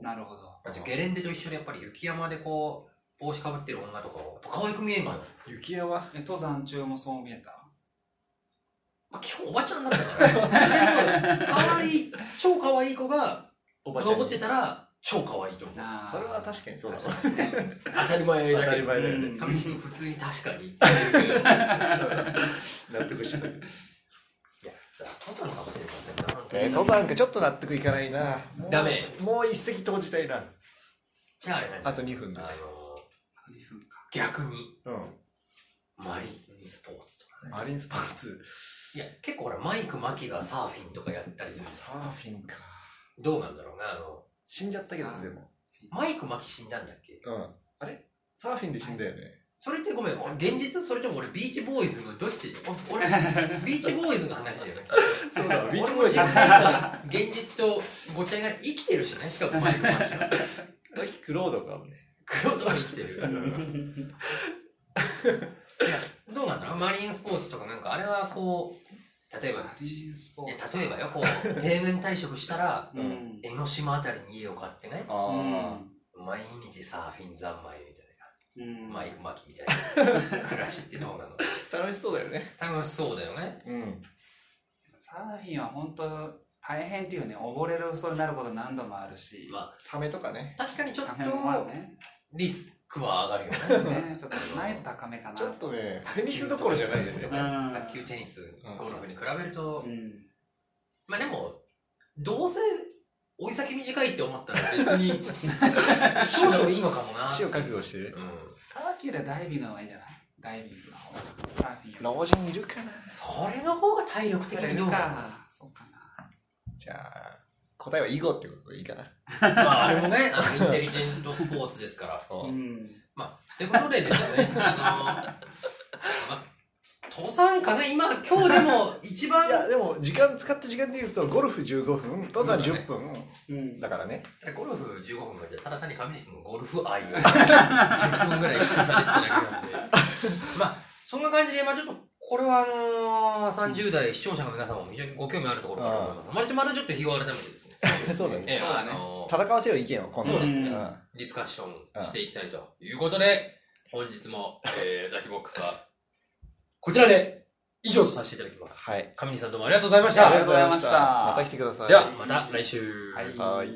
[SPEAKER 3] なるほど
[SPEAKER 1] あとゲレンデと一緒でやっぱり雪山でこう帽子かぶってる女とかはやっぱ可愛く見えんのよ、
[SPEAKER 2] 雪山
[SPEAKER 3] え登山中もそう見えた
[SPEAKER 1] まあ、基本おばちゃんだったから、ね、でも可愛い超可愛い子が
[SPEAKER 2] お
[SPEAKER 1] 登ってたら超可愛いと思う
[SPEAKER 3] なあ
[SPEAKER 2] それは確かにそうだわ
[SPEAKER 3] 確かにね
[SPEAKER 1] 当たり前
[SPEAKER 2] 当
[SPEAKER 1] だ
[SPEAKER 2] た
[SPEAKER 1] け
[SPEAKER 2] り
[SPEAKER 1] ど
[SPEAKER 2] 前だよ
[SPEAKER 3] う
[SPEAKER 2] ね
[SPEAKER 3] ん
[SPEAKER 1] 上地君普通に確かに言ってるけどいや
[SPEAKER 2] *laughs* 納得した
[SPEAKER 1] 登山かもしれませんね本当に
[SPEAKER 2] えー登山家ちょっと納得いかないなもう
[SPEAKER 1] ダメ
[SPEAKER 2] もう一石投じたいな
[SPEAKER 1] じゃああれなんだ
[SPEAKER 2] あと2分
[SPEAKER 1] あ
[SPEAKER 2] だ
[SPEAKER 1] の
[SPEAKER 3] 二分か
[SPEAKER 1] 逆に
[SPEAKER 2] うん
[SPEAKER 1] マリンスポーツとか
[SPEAKER 2] マリンスポーツ
[SPEAKER 1] いや結構ほらマイク・マキがサーフィンとかやったりするさ
[SPEAKER 2] サーフィンか
[SPEAKER 1] どうなんだろうなあの
[SPEAKER 2] 死んじゃったけどでも
[SPEAKER 1] マイク・マキ死んだんだっけ
[SPEAKER 2] うんあれサーフィンで死んだよね
[SPEAKER 1] それってごめん俺現実それとも俺ビーチボーイズのどっちお俺ビーチボーイズの話だよね
[SPEAKER 2] *laughs* そうだビーチボ
[SPEAKER 1] 俺も
[SPEAKER 2] ーイ
[SPEAKER 1] 自
[SPEAKER 2] じゃ
[SPEAKER 1] 分
[SPEAKER 2] ない
[SPEAKER 1] が現実とごちゃになって生きてるしねしかもマイク・マキは
[SPEAKER 2] クロードかもね
[SPEAKER 1] 黒とも生きてるどうなんだろうマリンスポーツとかなんかあれはこう例えば
[SPEAKER 3] マリンスポ
[SPEAKER 1] いや
[SPEAKER 3] ーツ
[SPEAKER 1] 例えばよこう定年退職したら
[SPEAKER 3] うん
[SPEAKER 1] 江ノ島あたりに家を買ってね
[SPEAKER 2] あ
[SPEAKER 1] 毎日サーフィン三昧みたい
[SPEAKER 3] うん
[SPEAKER 1] なマイク巻きみたいな暮らしってどうなの
[SPEAKER 2] あ楽しそうだよね
[SPEAKER 1] 楽しそうだよね
[SPEAKER 2] うん
[SPEAKER 3] サーフィンは本当大変っていうね溺れる恐れになること何度もあるし
[SPEAKER 1] ま
[SPEAKER 2] サメとかね
[SPEAKER 1] 確かにちょっと
[SPEAKER 3] サメもまあね
[SPEAKER 1] リスクは上がるよ
[SPEAKER 3] *laughs*
[SPEAKER 1] ね
[SPEAKER 3] ねちょっと難易度高めかな
[SPEAKER 2] ちょっとねテニスどころじゃないよね
[SPEAKER 3] うん
[SPEAKER 1] 卓球テニスゴルフに比べると
[SPEAKER 3] うん
[SPEAKER 1] まあでもどうせ追い先短いって思ったら別に少々いいのかもな
[SPEAKER 2] 死を覚悟してる
[SPEAKER 1] うん
[SPEAKER 3] サーフィンよりはダイビングの方がいいんじゃないダイビングの方がサーフィンより
[SPEAKER 2] 老人いるかな
[SPEAKER 1] それの方が体力的にどうか
[SPEAKER 3] かそうかな
[SPEAKER 2] じゃあ答えは囲碁ってことでいいかな
[SPEAKER 1] な。まあ、あれもね、あのインテリジェントスポーツですから。
[SPEAKER 2] そう
[SPEAKER 3] うん
[SPEAKER 1] まあ、ってことでですね、あの、まあ、登山かな、今、今日でも一番、
[SPEAKER 2] いやでも時間使った時間で言うとゴルフ15分登山10分
[SPEAKER 3] うん
[SPEAKER 2] だからね
[SPEAKER 1] ゴルフ15分がじゃただ単に上地君のゴルフ愛を *laughs*
[SPEAKER 3] *laughs*
[SPEAKER 1] 10分ぐらい聞かされてただけなんで。まあ、そんな感じで、まあちょっと、これはあのー、30代視聴者の皆様も非常にご興味あるところかと思います。まだちょまだちょっと日を改めてですね。
[SPEAKER 2] そうだね
[SPEAKER 1] ええ、
[SPEAKER 3] *laughs* そうだ
[SPEAKER 1] あ
[SPEAKER 3] ね
[SPEAKER 1] のー
[SPEAKER 2] 戦わせよう意見を今
[SPEAKER 1] そうですね
[SPEAKER 2] ん
[SPEAKER 1] ディスカッションしていきたいということで、本日も、えー、ザキボックスは、こちらで以上とさせていただきます。
[SPEAKER 2] はい
[SPEAKER 1] 上西さんどうもありがとうございまし
[SPEAKER 3] ありが
[SPEAKER 1] た。
[SPEAKER 3] とうございました
[SPEAKER 2] また来てください
[SPEAKER 1] では、また来週。
[SPEAKER 3] はい
[SPEAKER 2] はい